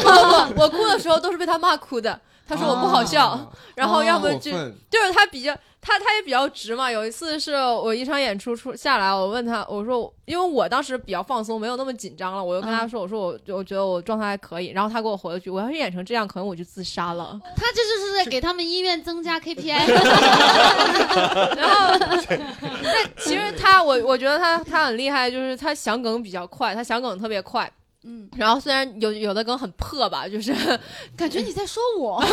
不不，我哭的时候都是被他骂哭的。他说我不好笑，
啊
然后要么
过
就
分
就是他比较他他也比较直嘛。有一次是我一场演出出下来，我问他，我说因为我当时比较放松，没有那么紧张了，我就跟他说，我说我我觉得我状态还可以。然后他给我回了句，我要是演成这样，可能我就自杀了。
他这就是在给他们医院增加 KPI，
然后，但其实他，我我觉得他他很厉害，就是他想梗比较快，他想梗特别快。
嗯，
然后虽然有有的梗很破吧，就是
感觉你在说我。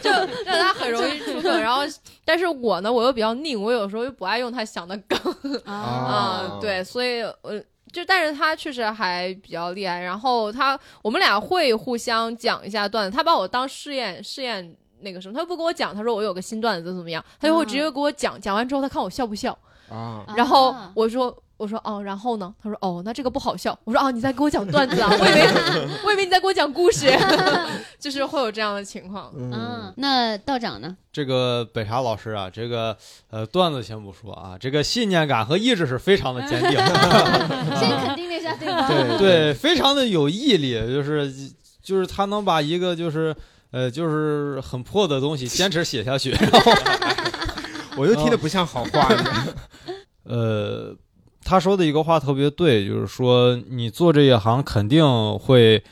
就让他很容易出梗。然后，但是我呢，我又比较拧，我有时候又不爱用他想的梗啊、
啊
对，所以呃，就但是他确实还比较厉害。然后他我们俩会互相讲一下段子，他把我当试验试验那个什么，他不跟我讲，他说我有个新段子怎么样，他就会直接给我讲，讲完之后他看我笑不笑。
啊，
然后我说。我说哦，然后呢？他说哦，那这个不好笑。我说哦，你在给我讲段子啊？我以为我以为你在给我讲故事， 就是会有这样的情况。
嗯，那道长呢？
这个北茶老师啊，这个呃段子先不说啊，这个信念感和意志是非常的坚定，
先肯定了一下对方。
对
对，非常的有毅力，就是就是他能把一个就是呃就是很破的东西坚持写下去， 然后
我又听得不像好话。
哦
呃，他说的一个话特别对，就是说你做这一行肯定会，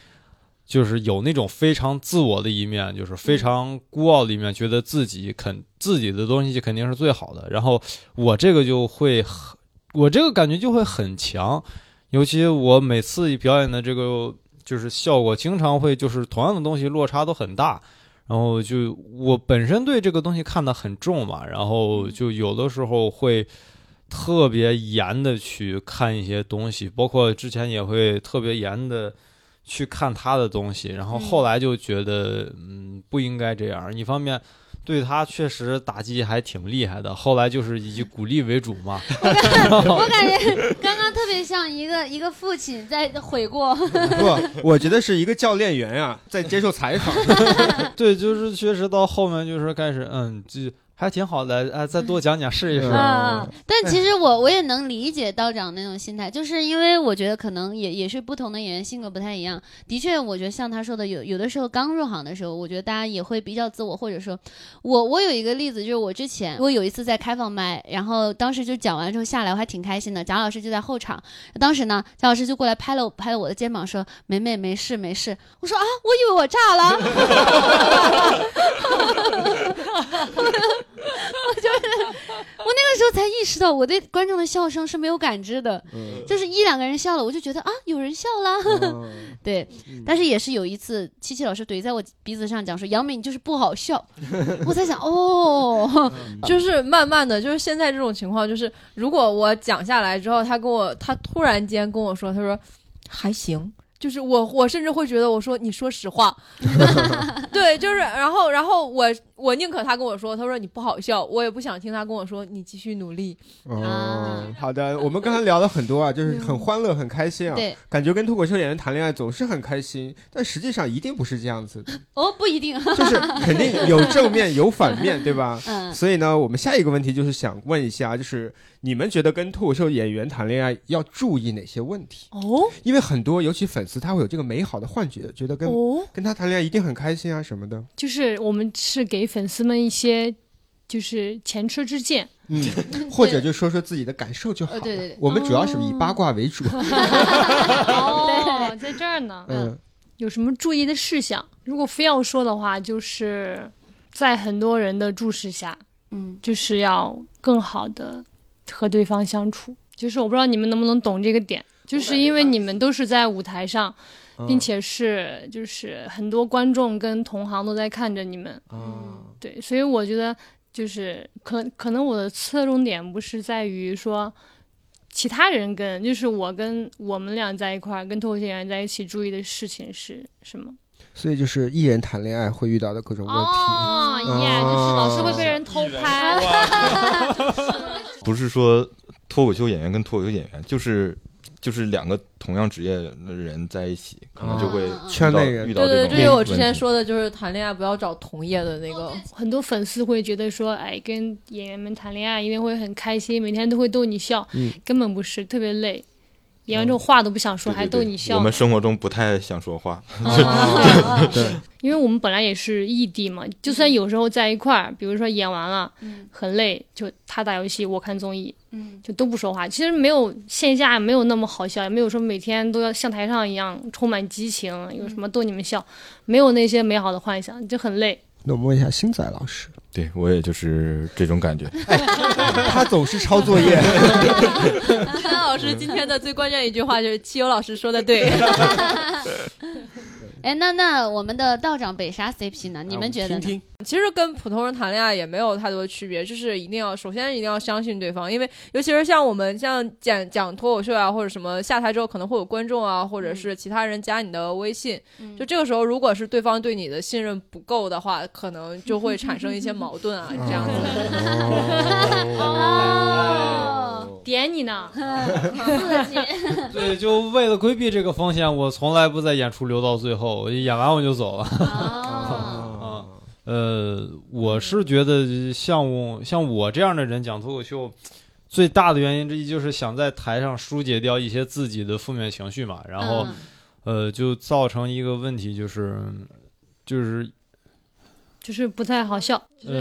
就是有那种非常自我的一面，就是非常孤傲的一面，觉得自己肯自己的东西肯定是最好的。然后我这个就会很，我这个感觉就会很强，尤其我每次表演的这个就是效果，经常会就是同样的东西落差都很大。然后就我本身对这个东西看得很重嘛，然后就有的时候会特别严的去看一些东西，包括之前也会特别严的去看他的东西，然后后来就觉得嗯不应该这样。一方面对他确实打击还挺厉害的，后来就是以鼓励为主嘛，
我感觉刚刚特别像一个一个父亲在悔过，
不，我觉得是一个教练员啊，在接受采访。
对，就是确实到后面就是开始嗯这还挺好的，哎再多讲讲试一试。
嗯
啊，
嗯
但其实我我也能理解道长那种心态，就是因为我觉得可能也也是不同的演员性格不太一样。的确，我觉得像他说的，有有的时候刚入行的时候，我觉得大家也会比较自我，或者说，我我有一个例子，就是我之前我有一次在开放麦，然后当时就讲完之后下来，我还挺开心的。贾老师就在后场，当时呢，贾老师就过来拍了我拍了我的肩膀说：“梅梅没事没事。”我说啊，我以为我炸了， 我就是我那个时候才意识到，我对观众的笑声是没有感知的，
嗯
嗯
就是一两个人笑了，我就觉得啊，有人笑啦。
嗯
对，但是也是有一次，七七老师怼在我鼻子上讲说：“杨梅，你就是不好笑。”我在想，哦，
嗯
就是慢慢的，就是现在这种情况，就是如果我讲下来之后，他跟我，他突然间跟我说，他说还行。就是我，我甚至会觉得，我说你说实话，对，就是，然后，然后我，我宁可他跟我说，他说你不好笑，我也不想听他跟我说你继续努力。
哦，好的，我们刚才聊了很多啊，就是很欢乐，很开心啊，
对，
感觉跟脱口秀演员谈恋爱总是很开心，但实际上一定不是这样子的，
哦，不一定，
就是肯定有正面有反面，对吧？
嗯，
所以呢，我们下一个问题就是想问一下，就是你们觉得跟脱口秀演员谈恋爱要注意哪些问题？
哦
因为很多，尤其粉丝他会有这个美好的幻觉，觉得跟、
哦，
跟他谈恋爱一定很开心啊什么的。
就是我们是给粉丝们一些就是前车之鉴，
嗯，或者就说说自己的感受就好了。
呃对对对
我们主要是以八卦为主。
哦，在这儿呢，
嗯
有什么注意的事项？如果非要说的话，就是在很多人的注视下，
嗯，
就是要更好的和对方相处。就是我不知道你们能不能懂这个点，就是因为你们都是在舞台上，
嗯
并且是就是很多观众跟同行都在看着你们，
啊，
对，所以我觉得就是可可能我的侧重点不是在于说其他人跟，就是我跟我们俩在一块儿，跟脱口秀演员在一起注意的事情是什么？
所以就是艺人谈恋爱会遇到的各种问题。
哦耶，就是老是会被人偷拍，
哦
不是说脱口秀演员跟脱口秀演员，就是就是两个同样职业的人在一起，可能就会
哦
嗯嗯嗯
圈内人
遇到
对
遇到
对，
这种
这就是我
问
之前
题
说的，就是谈恋爱不要找同业的那个。
很多粉丝会觉得说，哎，跟演员们谈恋爱一定会很开心，每天都会逗你笑，
嗯
根本不是，特别累。演完之后话都不想说，
对对
还
对
逗你笑。
我
嗯
们生活中不太想说话，
对，
因为我们本来也是异地嘛，就算有时候在一块儿，比如说演完了，
嗯
很累，就他打游戏，我看综艺，
嗯
就都不说话。其实没有线下没有那么好笑，也没有说每天都要像台上一样充满激情，有什么逗你们笑，没有那些美好的幻想，就很累。
那我们问一下星仔老师，
对我也就是这种感觉。
他总是抄作业。
潘老师今天的最关键一句话就是七友老师说的对。
哎，那那我们的道长北沙 CP 呢？你们觉得呢？
啊听听
其实跟普通人谈恋爱也没有太多区别，就是一定要首先一定要相信对方，因为 尤其是像我们像讲讲脱口秀啊或者什么下台之后可能会有观众啊，或者是其他人加你的微信，
嗯
就这个时候如果是对方对你的信任不够的话，可能就嗯会产生一些矛盾啊这样子。
哦，
点你呢。
刺激，
对，就为了规避这个风险，我从来不在演出留到最后，我演完我就走了。
哦，
啊，呃，我是觉得像我像我这样的人讲脱口秀，最大的原因之一就是想在台上疏解掉一些自己的负面情绪嘛，然后、
嗯
呃就造成一个问题就是就是
就是不太好笑，
呃，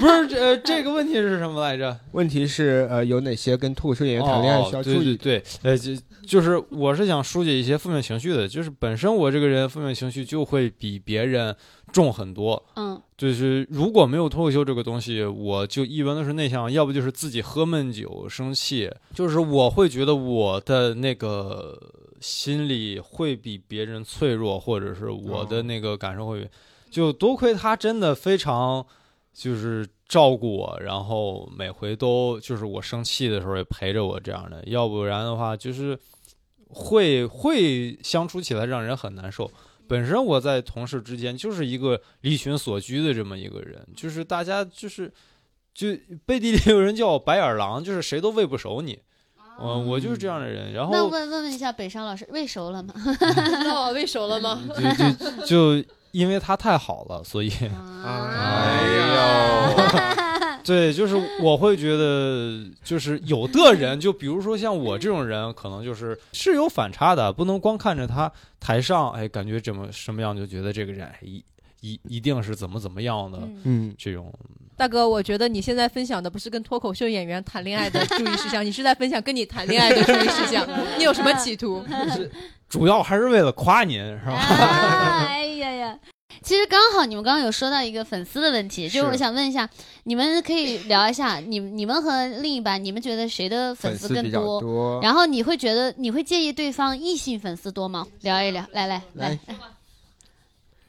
不是这、呃、这个问题是什么来着？
问题是呃，有哪些跟脱口秀演员谈恋爱需要
哦
注
对对
意？
对，呃，就就是我是想疏解一些负面情绪的，就是本身我这个人负面情绪就会比别人重很多，
嗯
就是如果没有脱口秀这个东西，我就一般都是内向，要不就是自己喝闷酒生气，就是我会觉得我的那个心理会比别人脆弱，或者是我的那个感受会比，就多亏他真的非常就是照顾我，然后每回都就是我生气的时候也陪着我这样的，要不然的话就是会会相处起来让人很难受。本身我在同事之间就是一个离群索居的这么一个人，就是大家就是就背地里有人叫我白眼狼，就是谁都喂不熟你，嗯、我就是这样的人。然
那
后
问问问一下北商老师，喂熟 了吗？
那我喂熟了吗？
就就就因为他太好了，所以
哎
对，就是我会觉得，就是有的人，就比如说像我这种人，可能就是是有反差的，不能光看着他台上，哎，感觉怎么什么样，就觉得这个人哎一一一定是怎么怎么样的、
嗯
嗯，
这种。
大哥，我觉得你现在分享的不是跟脱口秀演员谈恋爱的注意事项，你是在分享跟你谈恋爱的注意事项。你有什么企 图？
主要还是为了夸您，是吧？
啊哎 呀呀！其实刚好你们刚刚有说到一个粉丝的问题，就是我想问一下，你们可以聊一下，你你们和另一半，你们觉得谁的粉
粉
丝
丝
更
比较
多？
多。
然后你会觉得你会介意对方异性粉丝多吗？聊一 聊，来来来
来，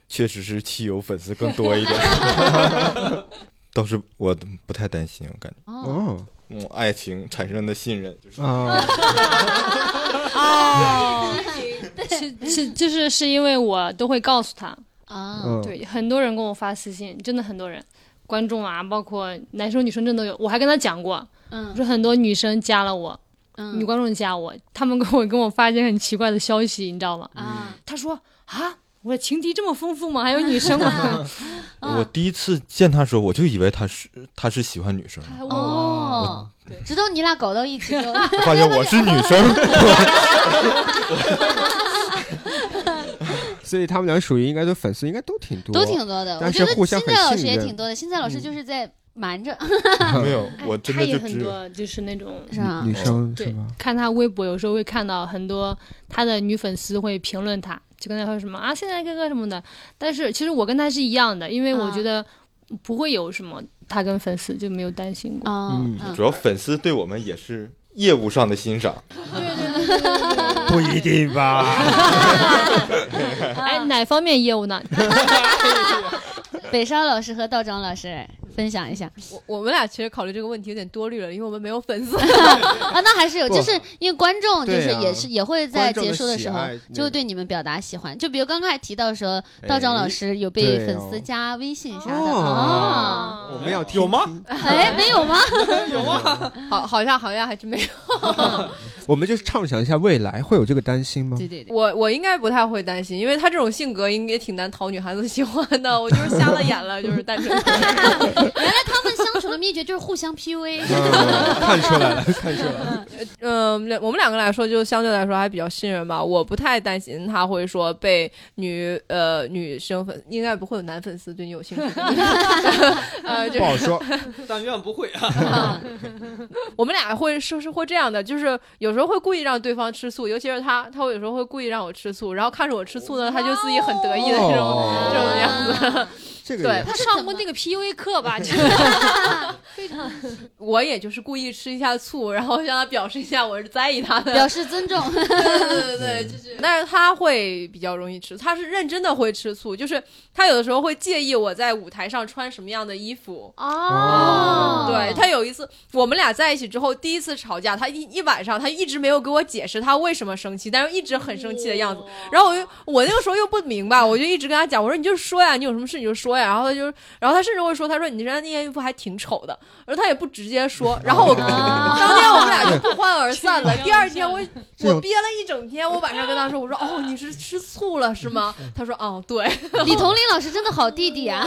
确实是汽油粉丝更多一点。倒是我不太担心，我感觉
哦，
哦
那种爱情产生的信任，就是
啊，
是是就是是因为我都会告诉他，
啊，
嗯，
对，很多人跟我发私信，真的很多人，观众啊，包括男生女生真的有，我还跟他讲过，
嗯
就很多女生加了我，
嗯，
女观众加我，他们跟我跟我发一些很奇怪的消息，你知道吗？
嗯
啊，
他说啊，我的情敌这么丰富吗？还有女生吗？嗯
啊
我第一次见他时候，我就以为他是他是喜欢女生，
还问 我
哦，直到你俩搞到一起就，
我发现我是女生，
所以他们俩属于应该都粉丝应该都挺多，
都挺多的。我
但
觉
是
得
互相
新
很
仔老师
信
也
任嗯
挺多的，新仔老师就是在瞒着，
没有，我真
哎他
的
也
就
很
只有
多，就是那种
是吧？
女生是
对
吧？，
看他微博有时候会看到很多他的女粉丝会评论他，就跟他说什么啊，现在哥哥什么的。但是其实我跟他是一样的，因为我
啊
觉得不会有什么他跟粉丝就没有担心过。
哦，
嗯
嗯
主要粉丝对我们也是业务上的欣赏，
不一定 吧？
哎，哪方面业务呢？
北沙老师和道长老师分享一下
我我们俩其实考虑这个问题有点多虑了，因为我们没有粉丝。
啊，那还是有，
不
就是因为观众就
对
是
啊
也是、也会在结束时候
观众的喜爱哎
就会对你们表达喜欢，就比如刚刚还提到说道长老师有被
对哦
粉丝加微信啥的
哦
哦，
我们要听
有吗？
哎、没有吗？
好，好像好像还真没有。
我们就是畅想一下未来会有这个担心吗？
对对对，
我我应该不太会担心，因为他这种性格应该也挺难讨女孩子喜欢的。我就是瞎了眼了，就是单纯。
他们相处的秘诀就是互相 PUA，
嗯看出来了，看出来了。
嗯，两我们两个来说，就相对来说还比较信任吧。我不太担心他会说被女呃女生粉，应该不会有男粉丝对你有兴趣。 呃，就是
不好说，
但愿不会啊。
我们俩会是是会这样的，就是有时候会故意让对方吃醋，尤其是他，他会有时候会故意让我吃醋，然后看着我吃醋呢，他就自己很得意的这种、
哦
这种样子。
这个
对
也，
他
上过那个 PUA 课吧？就是
我也就是故意吃一下醋， 然后向他表示一下我是在意 他的。
表示尊重，
对对对对，就是，但是他会比较容易吃，他是认真的会吃醋，就是他有的时候会介意我在舞台上穿什么样的衣服。
哦，
对他有一次，我们俩在一起之后第一次吵架，他一一晚上他一直没有给我解释他为什么生气，但是一直很生气的样子。然后我就我那个时候又不明白，我就一直跟他讲，我说你就说呀，你有什么事你就说呀。然后他就，然后他甚至会说，他说你这那件衣服还挺丑的。而他也不直接说，然后我
啊
当天我们俩就不欢而散了。
这
第二天我
这
我
种
憋了一整天，我晚上跟他说，我说哦你是吃醋了是吗？他说哦对，
李同林老师真的好弟弟啊！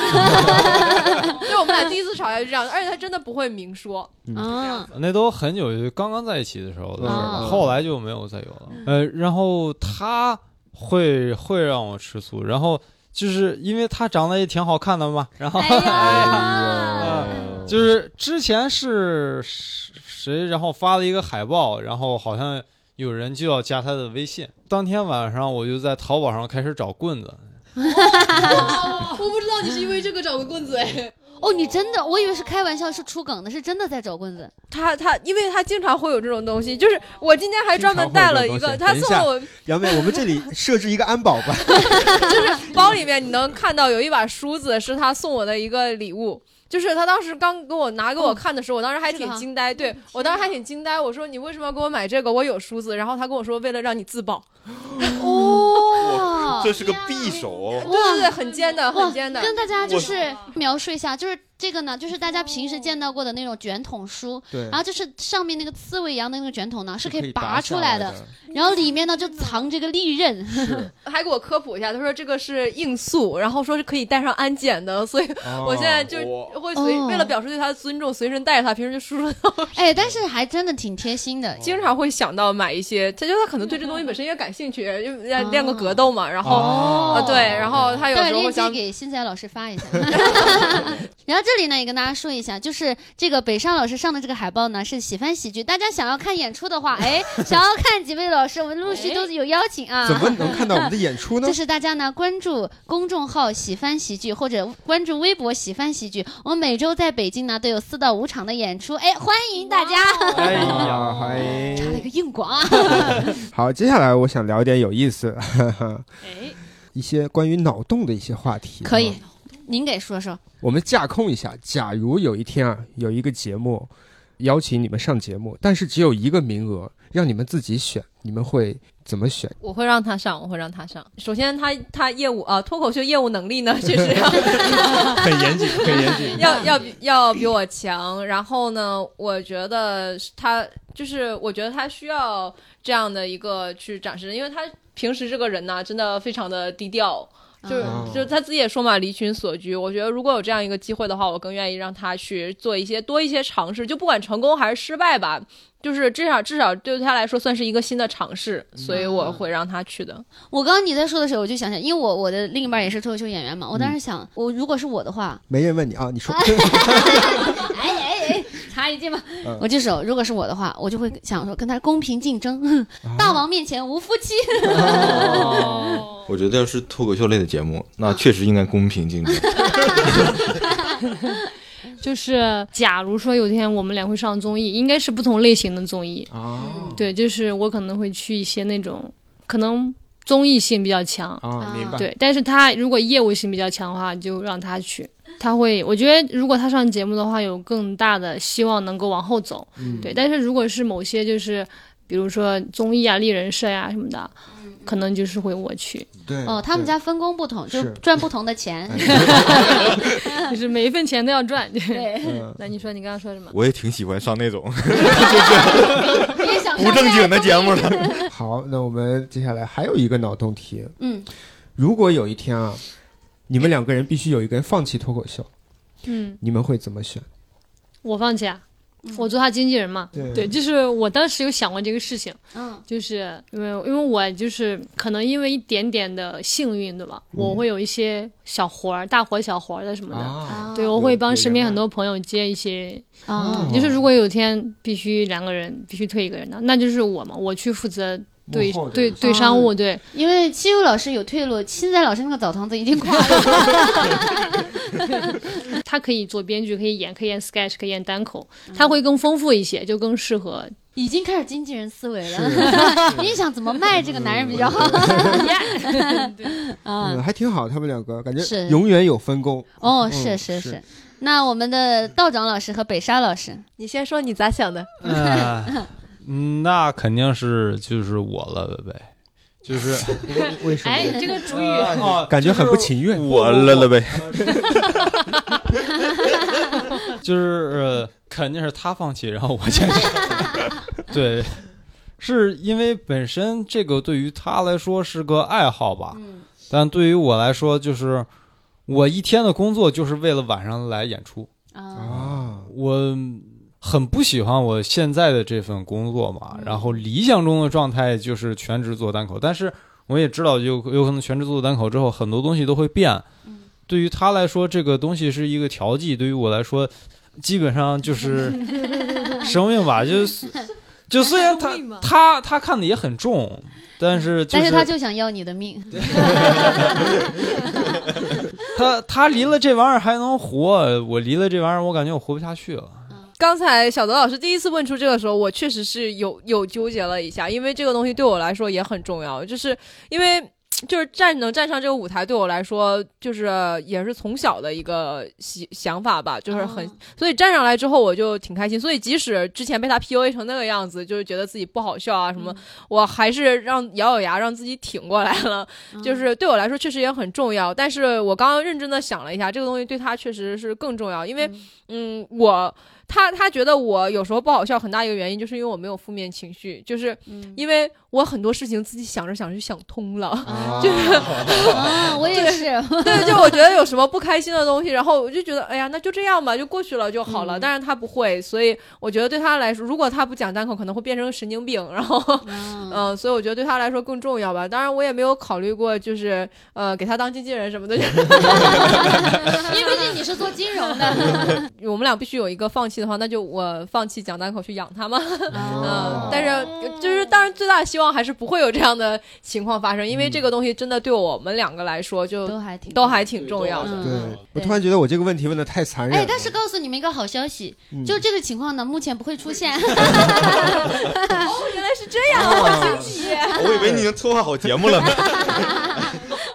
就我们俩第一次吵架就这样，而且他真的不会明说，嗯
嗯
啊，
那都很久，就刚刚在一起的时候的事儿了，
啊
后来就没有再有了。呃，然后他会会让我吃醋，然后就是因为他长得也挺好看的嘛，然后、
哎呀，
啊就是之前是谁，然后发了一个海报，然后好像有人就要加他的微信。当天晚上我就在淘宝上开始找棍子，
我不知道你是因为这个找个棍子哎。
哦，你真的，我以为是开玩笑，是出梗的，是真的在找棍子。
他他，因为他经常会有这种东西，就是我今天还专门带了一个，
经常
他
会有这种东西
送了我
杨梅，我们这里设置一个安保吧。
包里面你能看到有一把梳子，是他送我的一个礼物。就是他当时刚给我拿给我看的时候，我当时还
这
挺
个啊
惊呆，对我当时还挺惊呆。我说你为什么要给我买这个？我有梳子。然后他跟我说为了让你自保，
哦，
这是个匕首，
对对对，
哇
很尖的，很尖的。
跟大家就
我
是描述一下，就是这个呢，就是大家平时见到过的那种卷筒书，
对
然，后就是上面那个刺猬一样的那个卷筒呢，啊是可
可
以
以
拔出
出
来的，
的。
然后里面呢就藏这个利刃，
是，
还给我科普一下，他说这个是硬塑，然后说是可以带上安检的，所以
哦
我现在就
哦
会随、
哦
为了表示对他的尊重，随身带着它，平时就梳梳它。
哎，但是还真的挺贴心的。
经常会想到买一些，他就他可能对这东西本身也感兴趣，就
哦
练练个格斗嘛，然后、
哦
啊对，然后他有
待会儿
时候会
链接
想
给新仔老师发 一下。 然后这里呢也跟大家说一下，就是这个北上老师上的这个海报呢是喜翻喜剧，大家想要看演出的话，哎，想要看几位老师，我们陆
哎
续都有邀请啊。
怎么能看到我们的演 出呢
就？是大家呢关注公众号“喜翻喜剧”或者关注微博“喜翻喜剧”，我们每周在北京呢都有四到五场的演出，哎，欢迎大家！
哦
哎
啊，
呀，
欢
插了一
迎。
个硬广啊，
好，接下来我想聊一点有意思，
哎，
一些关于脑洞的一些话题。
可以，您给说说。
我们架空一下，假如有一天啊，有一个节目邀请你们上节目，但是只有一个名额，让你们自己选，你们会怎么选？
我会让他上，我会让他上。首先他，他业务啊，脱口秀业务能力呢，确实要
很严谨，很严 谨。
要要比要比我强。然后呢，我觉得他就是，我觉得他需要这样的一个去展示，因为他平时这个人呢、真的非常的低调。就是
哦
就是他自己也说嘛，离群索居。我觉得如果有这样一个机会的话，我更愿意让他去做一些多一些尝试，就不管成功还是失败吧，就是至少至少对他来说算是一个新的尝试，所以我会让他去的。
我刚刚你在说的时候，我就想想，因为我我的另一半也是脱口秀演员嘛，我
嗯
当时想，我如果是我的话，
没人问你啊，你 说。
哎哎哎，插一句吧，
嗯
我就是如果是我的话，我就会想说跟他公平竞争，哼
啊
大王面前无夫妻。
我觉得要是脱口秀类的节目，那确实应该公平竞争。
就是假如说有一天我们俩会上综艺，应该是不同类型的综艺，
啊
对，就是我可能会去一些那种可能综艺性比较强，
啊，明白。
对，但是他如果业务性比较强的话，就让他去。他会，我觉得如果他上节目的话，有更大的希望能够往后走。
嗯
对，但是如果是某些就是，比如说综艺啊、丽人社呀、什么的，
嗯
可能就是会我去，
对哎
哦，他们家分工不同，就是赚不同的钱。
就是每一份钱都要赚。对，
对，
嗯
那你说你刚刚说什么？
我也挺喜欢上那 种
也想
不
上
正
恋爱
经的
综
节
艺
目了。
好，那我们接下来还有一个脑洞题，
嗯，
如果有一天啊，你们两个人必须有一个人放弃脱口秀，
嗯，
你们会怎么选？
我放弃啊，
嗯
我做他经纪人嘛。
对
对，就是我当时有想过这个事情，
嗯，
就是因为因为我就是可能因为一点点的幸运，对吧？我会有一些小活儿、大活儿、小活儿的什么的。
嗯啊，
对，我会帮身边很多朋友接一些，
哦
啊，
就是如果有一天必须两个人必须退一个人的，那就是我嘛，我去负责对
幕后的
对对商务，对
因为七优老师有退路，现在老师那个澡堂子已经垮了。
他可以做编剧，可以演，可以演 sketch，可以演单口，他会更丰富一些，就更适合。
已经开始经纪人思维 了， 你想怎么卖这个男人比较好？啊，
嗯，还挺好，他们两个感
是
觉永远有分工。
哦，
嗯
是是
是
是。那我们的道长老师和北沙老师，
你先说你咋想的？
嗯、那肯定是就是我了呗，就是
为什么？
这个 主
哦
感觉很不情愿
就是
我了了呗，
就是、呃肯定是他放弃，然后我坚持。 对，是因为本身这个对于他来说是个爱好吧，
嗯
但对于我来说，就是我一天的工作就是为了晚上来演出。
啊，
啊，
我很不喜欢我现在的这份工作嘛
嗯，
然后理想中的状态就是全职做单口，但是我也知道有有可能全职做单口之后，很多东西都会变
嗯。
对于他来说，这个东西是一个调剂；对于我来说，基本上就是 生命吧。就是就虽
哦
然他
生命吧
他他看的也很重，但是就
但
是
是他就想要你的 命，
他他离了这玩意儿还能活，我离了这玩意儿，我感觉我活不下去了。
刚才小泽老师第一次问出这个时候，我确实是有有纠结了一下，因为这个东西对我来说也很重要，就是因为就是站能站上这个舞台对我来说，就是也是从小的一个想想法吧，就是很、
啊
所以站上来之后我就挺开心，所以即使之前被他 PUA 成那个样子，就是觉得自己不好笑啊什么，我还是让咬咬牙让自己挺过来了，
嗯
就是对我来说确实也很重要，但是我刚刚认真的想了一下，这个东西对他确实是更重要，因为嗯我他他觉得我有时候不好笑，很大一个原因就是因为我没有负面情绪，就是
嗯
因为我很多事情自己想着想着就想 通了。
啊
就是
啊，我也是，
对，就我觉得有什么不开心的东西，然后我就觉得，哎呀，那就这样吧，就过去了就好了。
嗯
但是他不会，所以我觉得对他来说，如果他不讲单口，可能会变成神经病。然后，
嗯，
嗯、所以我觉得对他来说更重要吧。当然，我也没有考虑过，就是呃，给他当经纪人什么的。就是
因为毕竟你是做金 融的，
我们俩必须有一个放弃的话，那就我放弃讲单口去养他嘛。嗯、
哦
啊
但是就是当然，最大的希望还是不会有这样的情况发生，因为这个东西真的对我们两个来说就
都还挺
都还挺重要的。
嗯
对
嗯
我突然觉得我这个问题问的太残忍
哎
了，，
但是告诉你们一个好消息，
嗯
就这个情况呢，目前不会出 现。
原来是这样，好惊喜！
我以为你已经策划好节目了呢。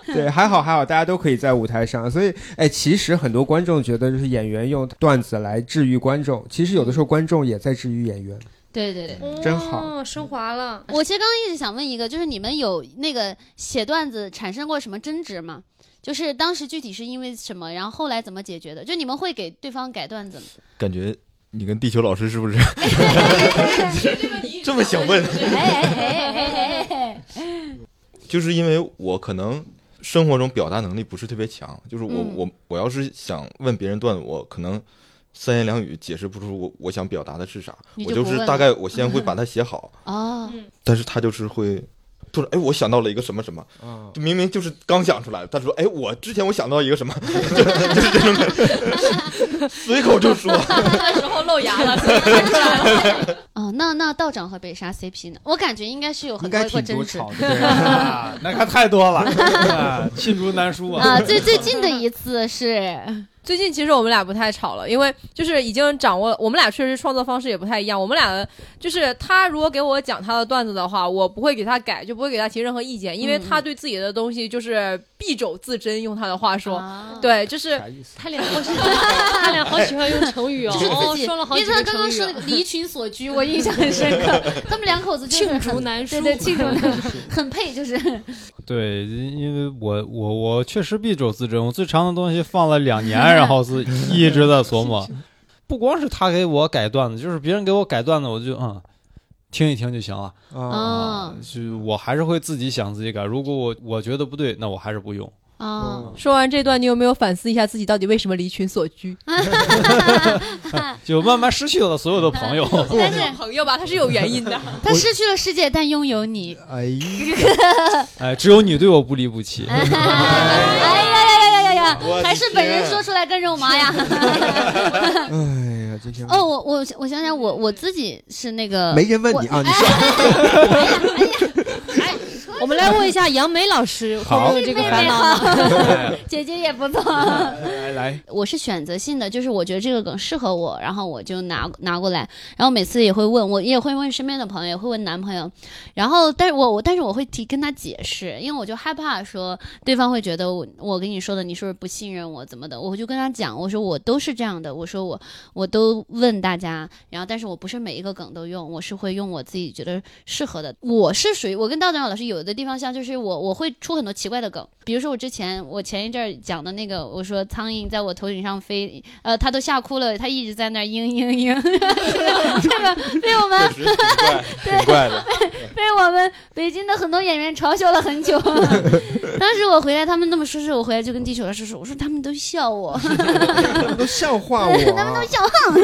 对，还好还好，大家都可以在舞台上，所以哎，其实很多观众觉得就是演员用段子来治愈观众，其实有的时候观众也在治愈演员。
对 对对，
真好
哦，升华了。
我其实刚刚一直想问一个，就是你们有那个写段子产生过什么争执吗？就是当时具体是因为什么，然后后来怎么解决的？就你们会给对方改段子吗？
感觉你跟地球老师是不是 这么想 问？
哎哎哎哎哎哎，
就是因为我可能生活中表达能力不是特别强，就是我、
嗯
我我要是想问别人段子，我可能三言两语解释不出我我想表达的是啥，
你
我
就
就
不
是
问
大概我先会把它写好，
哦，
但是他就是会。突然，哎，我想到了一个什么什么，
啊，
就明明就是刚想出来的。他说，哎，我之前我想到一个 什么，就就是这种感觉，随口 就说。
那时候露牙 了，
哦，那那道长和北沙 CP 呢？我感觉应该是有
应
很
该
多过
挺
争
多
执
吵的，
啊， 那可太多了，啊罄竹难书啊！
啊。最最近的一次 是，
最近其实我们俩不太吵了，因为就是已经掌握，我们俩确实创作方式也不太一样。我们俩就是他如果给我讲他的段子的话，我不会给他改，就不会给他提任何意见，因为他对自己的东西就是敝帚自珍，用他的话说，
啊，
对，就是
啥意思？
他俩好喜欢，他俩好喜欢用成语哦，
就是
哦
自己，
说了好
因
几
为他
个
刚刚
成语
说那个
啊。
离群所居，我印象很深 刻。他们两口子就是
罄
很
竹难书，
对对，庆祝呢，很配，就是
对，因为我我我确实敝帚自珍，我最长的东西放了两年，然后 是一直在琢磨。不光是他给我改段子，就是别人给我改段子，我就嗯听一听就行了。
啊，
啊
就我还是会自己想自己改。如果我我觉得不对，那我还是不用。
啊，
嗯
说完这段，你有没有反思一下自己到底为什么离群所居？
就慢慢失去了所有的朋友。
哦
但是
朋友吧，他是有原因的。
他失去了世界，但拥有 你。
哎呀，
哎，只有你对我不离不弃。
哎呀呀呀呀呀呀！
我的
还是本人
天
说出来更肉麻呀。
哎呀，今天
哦，我我我想想，我我自己是那个
没人问你啊，你说
我们来问一下杨梅老师，会
好
不会有这个烦恼 呢？
哎
姐姐也不 错。
来来，
我是选择性的，就是我觉得这个梗适合我，然后我就拿拿过来，然后每次也会问，我也会问身边的朋友，也会问男朋友，然后但是我我但是我会提跟他解释，因为我就害怕说对方会觉得我我跟你说的你是不是不信任我怎么的，我就跟他讲，我说我都是这样的，我说我我都问大家，然后但是我不是每一个梗都用，我是会用我自己觉得适合的，我是属于我跟道长老师有的的地方像就是我我会出很多奇怪的梗，比如说我之前我前一阵儿讲的那个，我说苍蝇在我头顶上飞，呃，它都吓哭了，它一直在那儿嘤嘤嘤，这个被我们
确实挺怪，挺怪的。
被我们北京的很多演员嘲笑了很久。 当时我回来，他们那么说是我回来就跟地球老师说，我说他们都笑我，
他们都笑 话
他们都
我，啊
笑哼。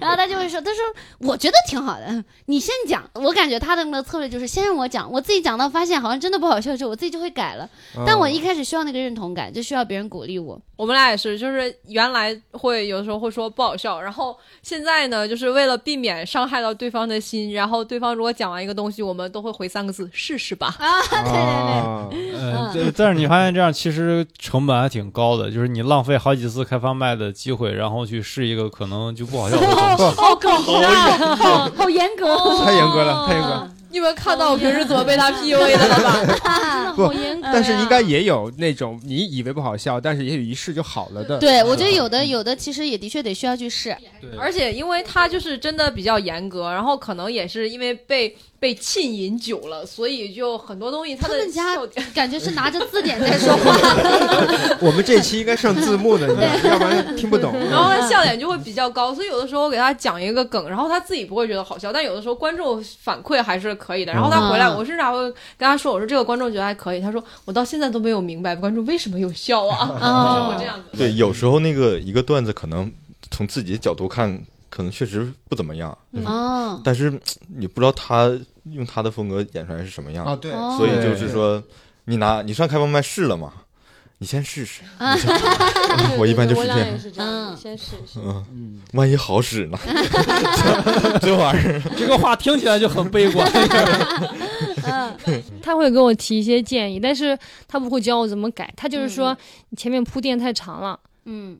然后他就会说，他说我觉得挺好的，你先讲。我感觉他的那个策略就是先让我讲，我自己讲到发现好像真的不好笑的时候，我自己就会改了。
嗯哦
但我一开始需要那个认同感，就需要别人鼓励我。
我们俩也是，就是原来会有时候会说不好笑，然后现在呢，就是为了避免伤害到对方的心，然后对方如果讲完一个东西，我们都会回三个字“试试吧
啊，对对
啊
呃，对但是你发现这样其实成本还挺高的，就是你浪费好几次开放麦的机会，然后去试一个可能就不哦好笑的东
哦
西。
好狗啊！好 好严格，
哦
太严格了，太严格了。”。
你们看到我平时怎么被他 PUA 的了吧？
不
好严格
嗯呃
呀。
但是应该也有那种你以为不好笑，但是也许一试就好了的。
对，我觉得有的有的其实也的确得需要去试，
而且因为他就是真的比较严格，然后可能也是因为被被浸淫久了，所以就很多东西他
他
的
们家
笑点
感觉是拿着字典在 说话。
我们这期应该上字幕的，你知道要不然听 不懂。
然
哦
后他笑点就会比较高，所以有的时候我给他讲一个梗，然后他自己不会觉得好笑，但有的时候观众反馈还是可以的。然后他回来，
嗯
我甚至还会跟他说：“我说这个观众觉得还可以。”他说：“我到现在都没有明白观众为什么有笑啊。
哦
我这样子，
对，有时候那个一个段子可能从自己的角度看，可能确实不怎么样，
哦，
但是你不知道他用他的风格演出来是什么样，
啊，对，
哦
所以就是说，你拿你上开放麦试了吗？你先试试，
啊
我一般就是
我
这
俩
样
也，是这样，先试一试。
嗯，
嗯，
万一好使呢？这玩意儿，
这个话听起来就很悲 观。
嗯，
他会给我提一些建议，但是他不会教我怎么改，他就是说你前面铺垫太长了
嗯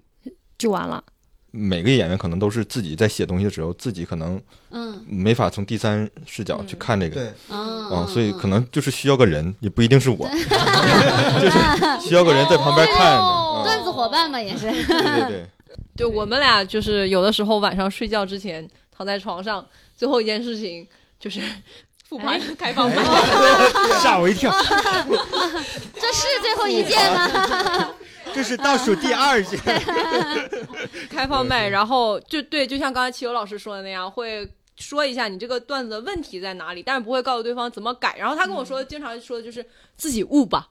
就完了。
每个演员可能都是自己在写东西的时候，自己可能
嗯
没法从第三视角去看这 个。
对，
嗯
啊，
嗯
所以可能就是需要个人，也不一定是我，就是需要个人在旁边看着。啊
哦
段子伙伴嘛也是，
对对对，
对我们俩就是有的时候晚上睡觉之前躺在床上，最后一件事情就是复盘开放麦。
吓我一跳，
这是最后一件吗？
这是倒数第二件。
开放麦，然后就对，就像刚才齐友老师说的那样，会说一下你这个段子的问题在哪里，但是不会告诉对方怎么改。然后他跟我说，经常说的就是自己悟吧，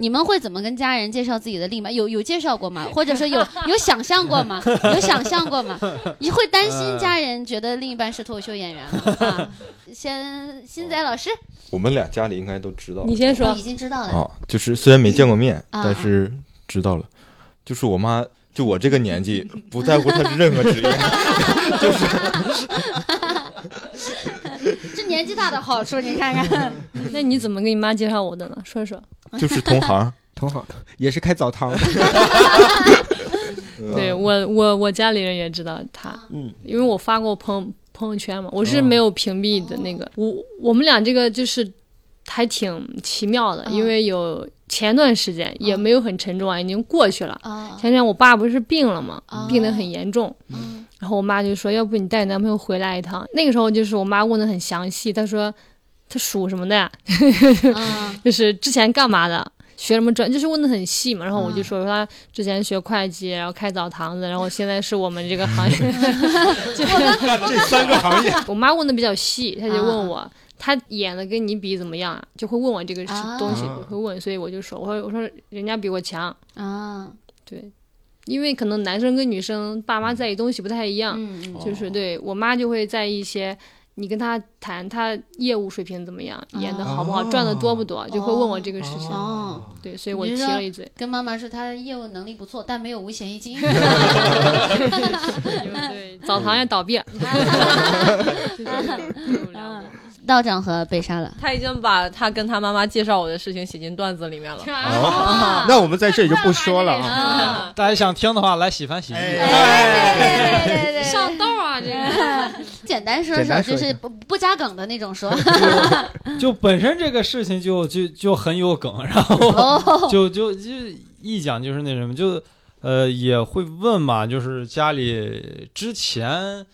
你们会怎么跟家人介绍自己的另一半？有有介绍过吗？或者说有有想象过吗？有想象过吗？你会担心家人觉得另一半是脱口秀演员吗？啊，先新仔老师，
我们俩家里应该都知道
你先
我
说
已，经知道了，
啊，就是虽然没见过面，
啊
但是知道了，就是我妈。就我这个年纪，不在乎她是任何职业，
这年纪大的好处，你看看，
那你怎么给你妈介绍我的呢？说说。
就是同行。
同行也是开 澡堂的，
对我，我我家里人也知道他，
嗯，
因为我发过朋朋友圈嘛，我是
哦
没有屏蔽的那个。我我们俩这个就是还挺奇妙的，
嗯
因为有前段时间也没有很沉重啊，已经过去了。
啊
前段时间我爸不是病了嘛
哦，
病得很严重，
嗯
然后我妈就说，要不你带你男朋友回来一趟。那个时候就是我妈问的很详细，她说他属什么的呀，
嗯
就是之前干嘛的。学什么专，就是问的很细嘛，然后我就
嗯
说说他之前学会计，然后开澡堂子，然后现在是我们这个行业，
这三个行业，
我妈问的比较细，她就
啊
问我，她演的跟你比怎么样啊？就会问我这个事
啊
东西，
啊
我会问，所以我就说，我说我说人家比我强，
啊
对，因为可能男生跟女生爸妈在意东西不太一样，
嗯
哦
嗯
就是对我妈就会在意一些。你跟她谈她业务水平怎么样，演的好不好，
哦
赚的多不多，就会问我这个事情。
哦。
对，所以我
你
提
是说
了一 嘴。
跟妈妈说她的业务能力不错，但没有五险一金。嗯
对，澡堂也倒闭 了。
道长和贝莎了，
他已经把他跟他妈妈介绍我的事情写进段子里面了。
嗯 哦
那我们在这里就不说 了啊。
啊，
大家想听的话，来喜欢喜剧。
对对 对对对，
上道啊，这 个。
简单说
简
说，
单说
就
一下
是不不加梗的那种 说。
就本身这个事情就就就很有梗，然后
哦，
就就就一讲就是那什么，就呃也会问嘛，就是家里之前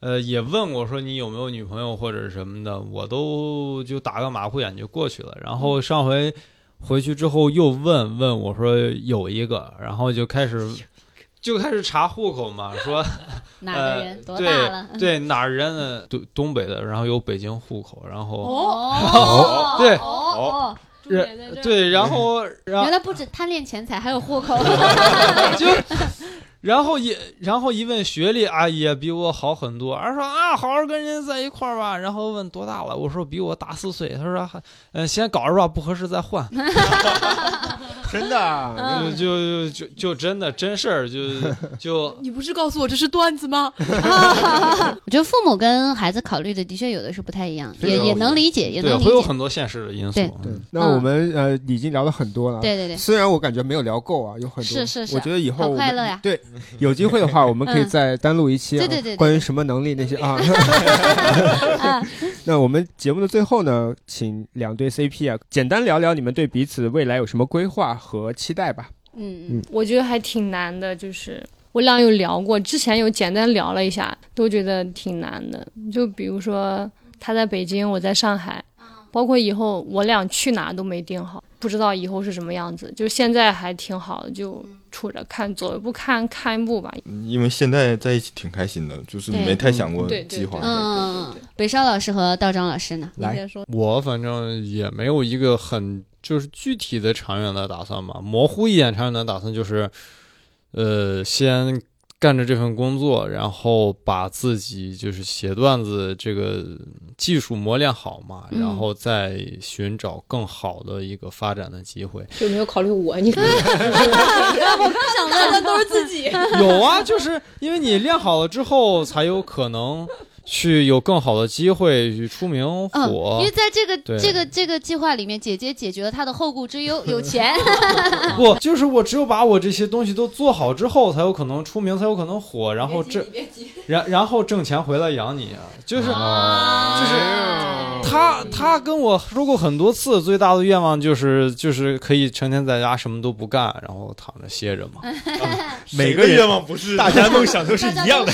呃，也问我说你有没有女朋友或者什么的，我都就打个马虎眼就过去了。然后上回回去之后又问问我说有一个，然后就开始就开始查户口嘛，说
哪个人、多大了？
呃
对对哪儿人呢？东东北的，然后有北京户口，然
哦
后
哦
对
哦，
人对，然后然
原来不止贪恋钱财，还有户 口。
就，然后也，然后一问学历啊，也比我好很多。而说啊，好好跟人家在一块儿吧。然后问多大了，我说比我大四岁。他说，嗯、先搞着吧，不合适再换。
真的啊，
嗯
就就就就真的真事儿，就就
你不是告诉我这是段子 吗？
我觉得父母跟孩子考虑的的确有的是不太一样，
非
也
常
也
有
能理解， 也
对，
能理
会有
解。
很多现实的因素
对。
对
嗯，
那我们呃已经聊了很多了。
对对对，
虽然我感觉没有聊够啊，有很多。
是是是
我觉得以后
好
我们
快乐呀
对，有机会 的话，我们可以
嗯
再单录一期啊。
对对对对对
关于什么能力那些啊。
啊，
那我们节目的最后呢，请两对 CP 啊，简单聊聊你们对彼此未来有什么规划和期待吧。
嗯嗯，
我觉得还挺难的，就是我俩有聊过，之前有简单聊了一下，都觉得挺难的。就比如说他在北京，我在上海，包括以后我俩去哪都没定好，不知道以后是什么样子。就现在还挺好的，就处着看，走一步看看一步吧。
因为现在在一起挺开心的，就是
对
没太想过
对对
计划。
对
嗯，北少老师和道张老师呢？
你
来，
先说，
我反正也没有一个很就是具体的长远的打算吧，模糊一点长远的打算就是，呃，先干着这份工作，然后把自己就是写段子这个技术磨练好嘛，
嗯
然后再寻找更好的一个发展的机会。
有没有考虑我？你
想问的都是自己。
有啊，就是因为你练好了之后，才有可能去有更好的机会去出名
嗯，
火。
因为在这个
对
这个这个计划里面，姐姐解决了她的后顾之忧， 有钱。
不，就是我只有把我这些东西都做好之后，才有可能出名，才有可能火，然后 挣，然然后挣钱回来养你啊。就是
哦啊，
他，他跟我说过很多次，最大的愿望就是就是可以成天在家什么都不干，然后躺着歇着 嘛。
每
每
个
个
人
愿望不是
大家梦想都是
大家
一样的。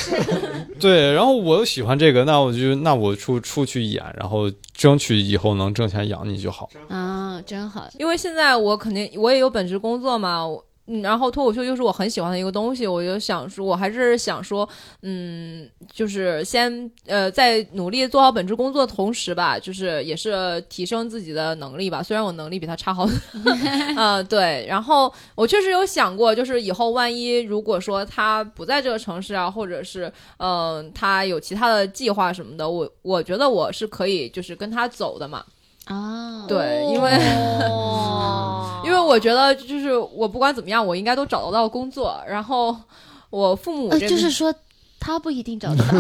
对，然后我又喜欢这个，那我就那我出出去演，然后争取以后能挣钱养你就好。
啊，真好。
因为现在我肯定我也有本职工作嘛，我嗯，然后脱口秀又是我很喜欢的一个东西，我就想说，我还是想说，嗯，就是先呃，在努力做好本职工作的同时吧，就是也是提升自己的能力吧。虽然我能力比他差好， 呃，对。然后我确实有想过，就是以后万一如果说他不在这个城市啊，或者是嗯、呃他有其他的计划什么的，我我觉得我是可以就是跟他走的嘛。
啊，
对，因为。
嗯 哦，
因为我觉得就是我不管怎么样，我应该都找得到工作。然后我父母
呃
这边、
就是说。他不一定找得 到，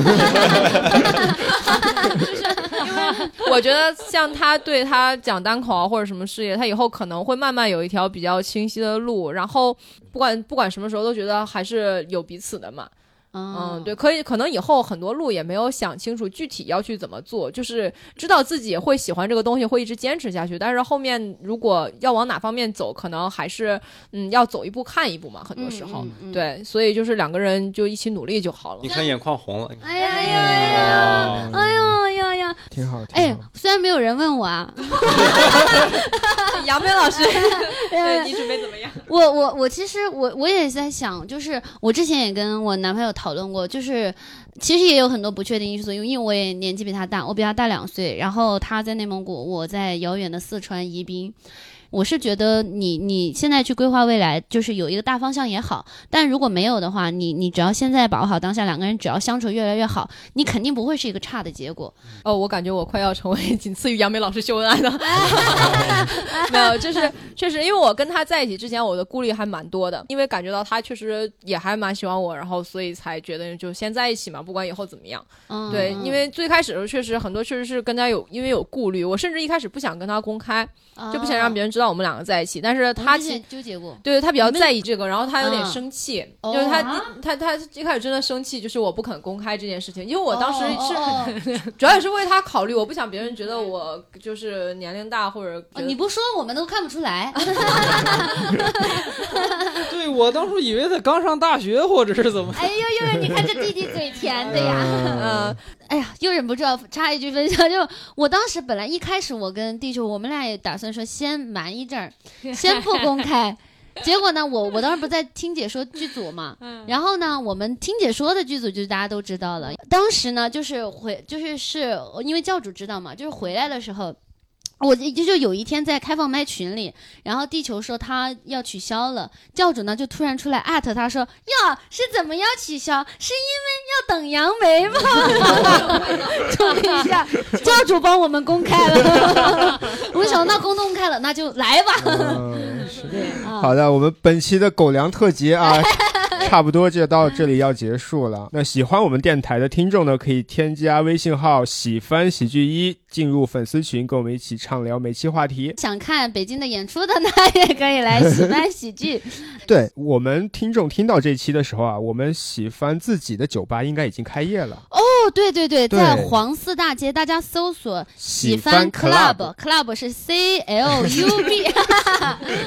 我觉得像他对他讲单口啊或者什么事业，他以后可能会慢慢有一条比较清晰的路。然后不管不管什么时候，都觉得还是有彼此的嘛。嗯，对，，可以，可能以后很多路也没有想清楚具体要去怎么做，就是知道自己会喜欢这个东西，会一直坚持下去。但是后面如果要往哪方面走，可能还是嗯要走一步看一步嘛，很多时
嗯
候。
嗯嗯
对，所以就是两个人就一起努力就好了
你。看眼眶红了，
哎呀哎呀哎
啊
呀，哎呦哎呀哎呀，
挺好，挺
哎
好。，
虽然没有人问我啊，
杨梅老师，
哎
对你准备怎么样？
我我我其实我我也在想，就是我之前也跟我男朋友讨论过，就是其实也有很多不确定因素，因为因为我也年纪比他大，我比他大两岁，然后他在内蒙古，我在遥远的四川宜宾。我是觉得你你现在去规划未来，就是有一个大方向也好，但如果没有的话，你你只要现在把握好当下，两个人只要相处越来越好，你肯定不会是一个差的结果。
哦，我感觉我快要成为仅次于杨梅老师秀恩爱的，哎 没有，就是确实，因为我跟他在一起之前，我的顾虑还蛮多的，因为感觉到他确实也还蛮喜欢我，然后所以才决定就先在一起嘛，不管以后怎么样。
嗯，
对，因为最开始的时候确实很多确实是跟他有因为有顾虑，我甚至一开始不想跟他公开，就不想让别
人。
人知道我们两个在一起，但是
他
他
之
其
前纠结过，
对他比较在意这个，然后他有点
嗯
生气，
哦
就是他、
啊
他他一开始真的生气，就是我不肯公开这件事情，因为我当时是、
哦哦 哦
主要也是为他考虑，我不想别人觉得我就是年龄大或者
哦
觉得
你不说我们都看不出来。
对我当初以为他刚上大学或者是怎么。
哎呦呦，你看这弟弟嘴给填的呀。
嗯，
哎呀，又忍不住要插一句分享，就我当时本来一开始我跟弟舅，我们俩也打算说先瞒一阵儿，先不公开。结果呢，我我当时不在听解说剧组嘛，然后呢，我们听解说的剧组就大家都知道了。当时呢，就是回就是是因为教主知道嘛，就是回来的时候。我就就有一天在开放麦群里，然后地球说他要取消了，教主呢就突然出来艾特他说：“哟，是怎么要取消？是因为要等杨梅 吗？”冲一下，教主帮我们公开了。我们想到公公开了，那就来吧。
嗯
啊
好的，我们本期的狗粮特辑 啊，差不多就到这里要结束了。
那喜欢我们电台的听众呢，可以添加微信号“喜欢喜剧一”，进入粉丝群，跟我们一起畅聊每期话题。
想看北京的演出的呢，也可以来喜欢喜剧。
对我们听众听到这期的时候啊，我们喜欢自己的酒吧应该已经开业了。
哦，对对对，
对
在黄寺大街，大家搜索“喜欢
喜欢
club”，club 是 C L U B，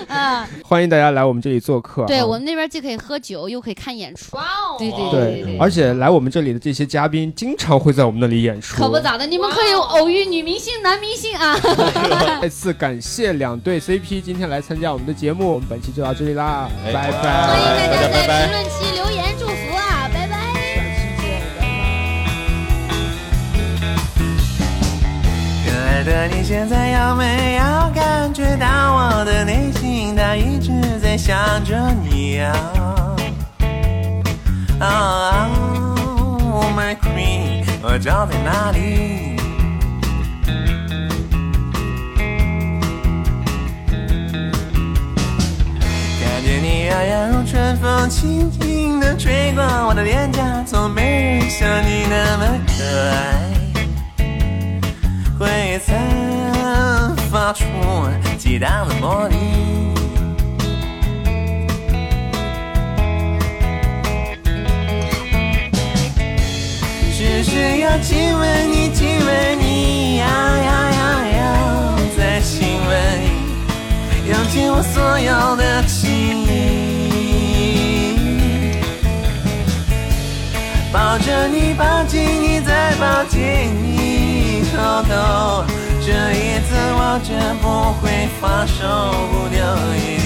啊，
欢迎大家来我们这里做客啊。
对我们那边既可以喝酒，又可以看演哦出。哇哦！对对对
对，而且来我们这里的这些嘉宾经常会在我们那里演出。
可不咋的，你们可以偶遇女明星、男明星啊。
再次感谢两对 CP 今天来参加我们的节目，我们本期就到这里啦，
哎
拜拜。
欢迎大家在
评论区留言祝福啊，拜拜。
可爱的你现在有没有感觉到我的内心它一直在想着你啊？啊、o h my queen，我找在哪里？感觉你摇摇如春风，轻轻地吹过我的脸颊，从没人像你那么可爱。会散发出激荡的魔力。只是要亲吻你，亲吻你，呀呀呀呀，再亲吻你，用尽我所有的情意。抱着你，抱紧你，再抱紧你，偷偷，这一次我绝不会放手不掉。一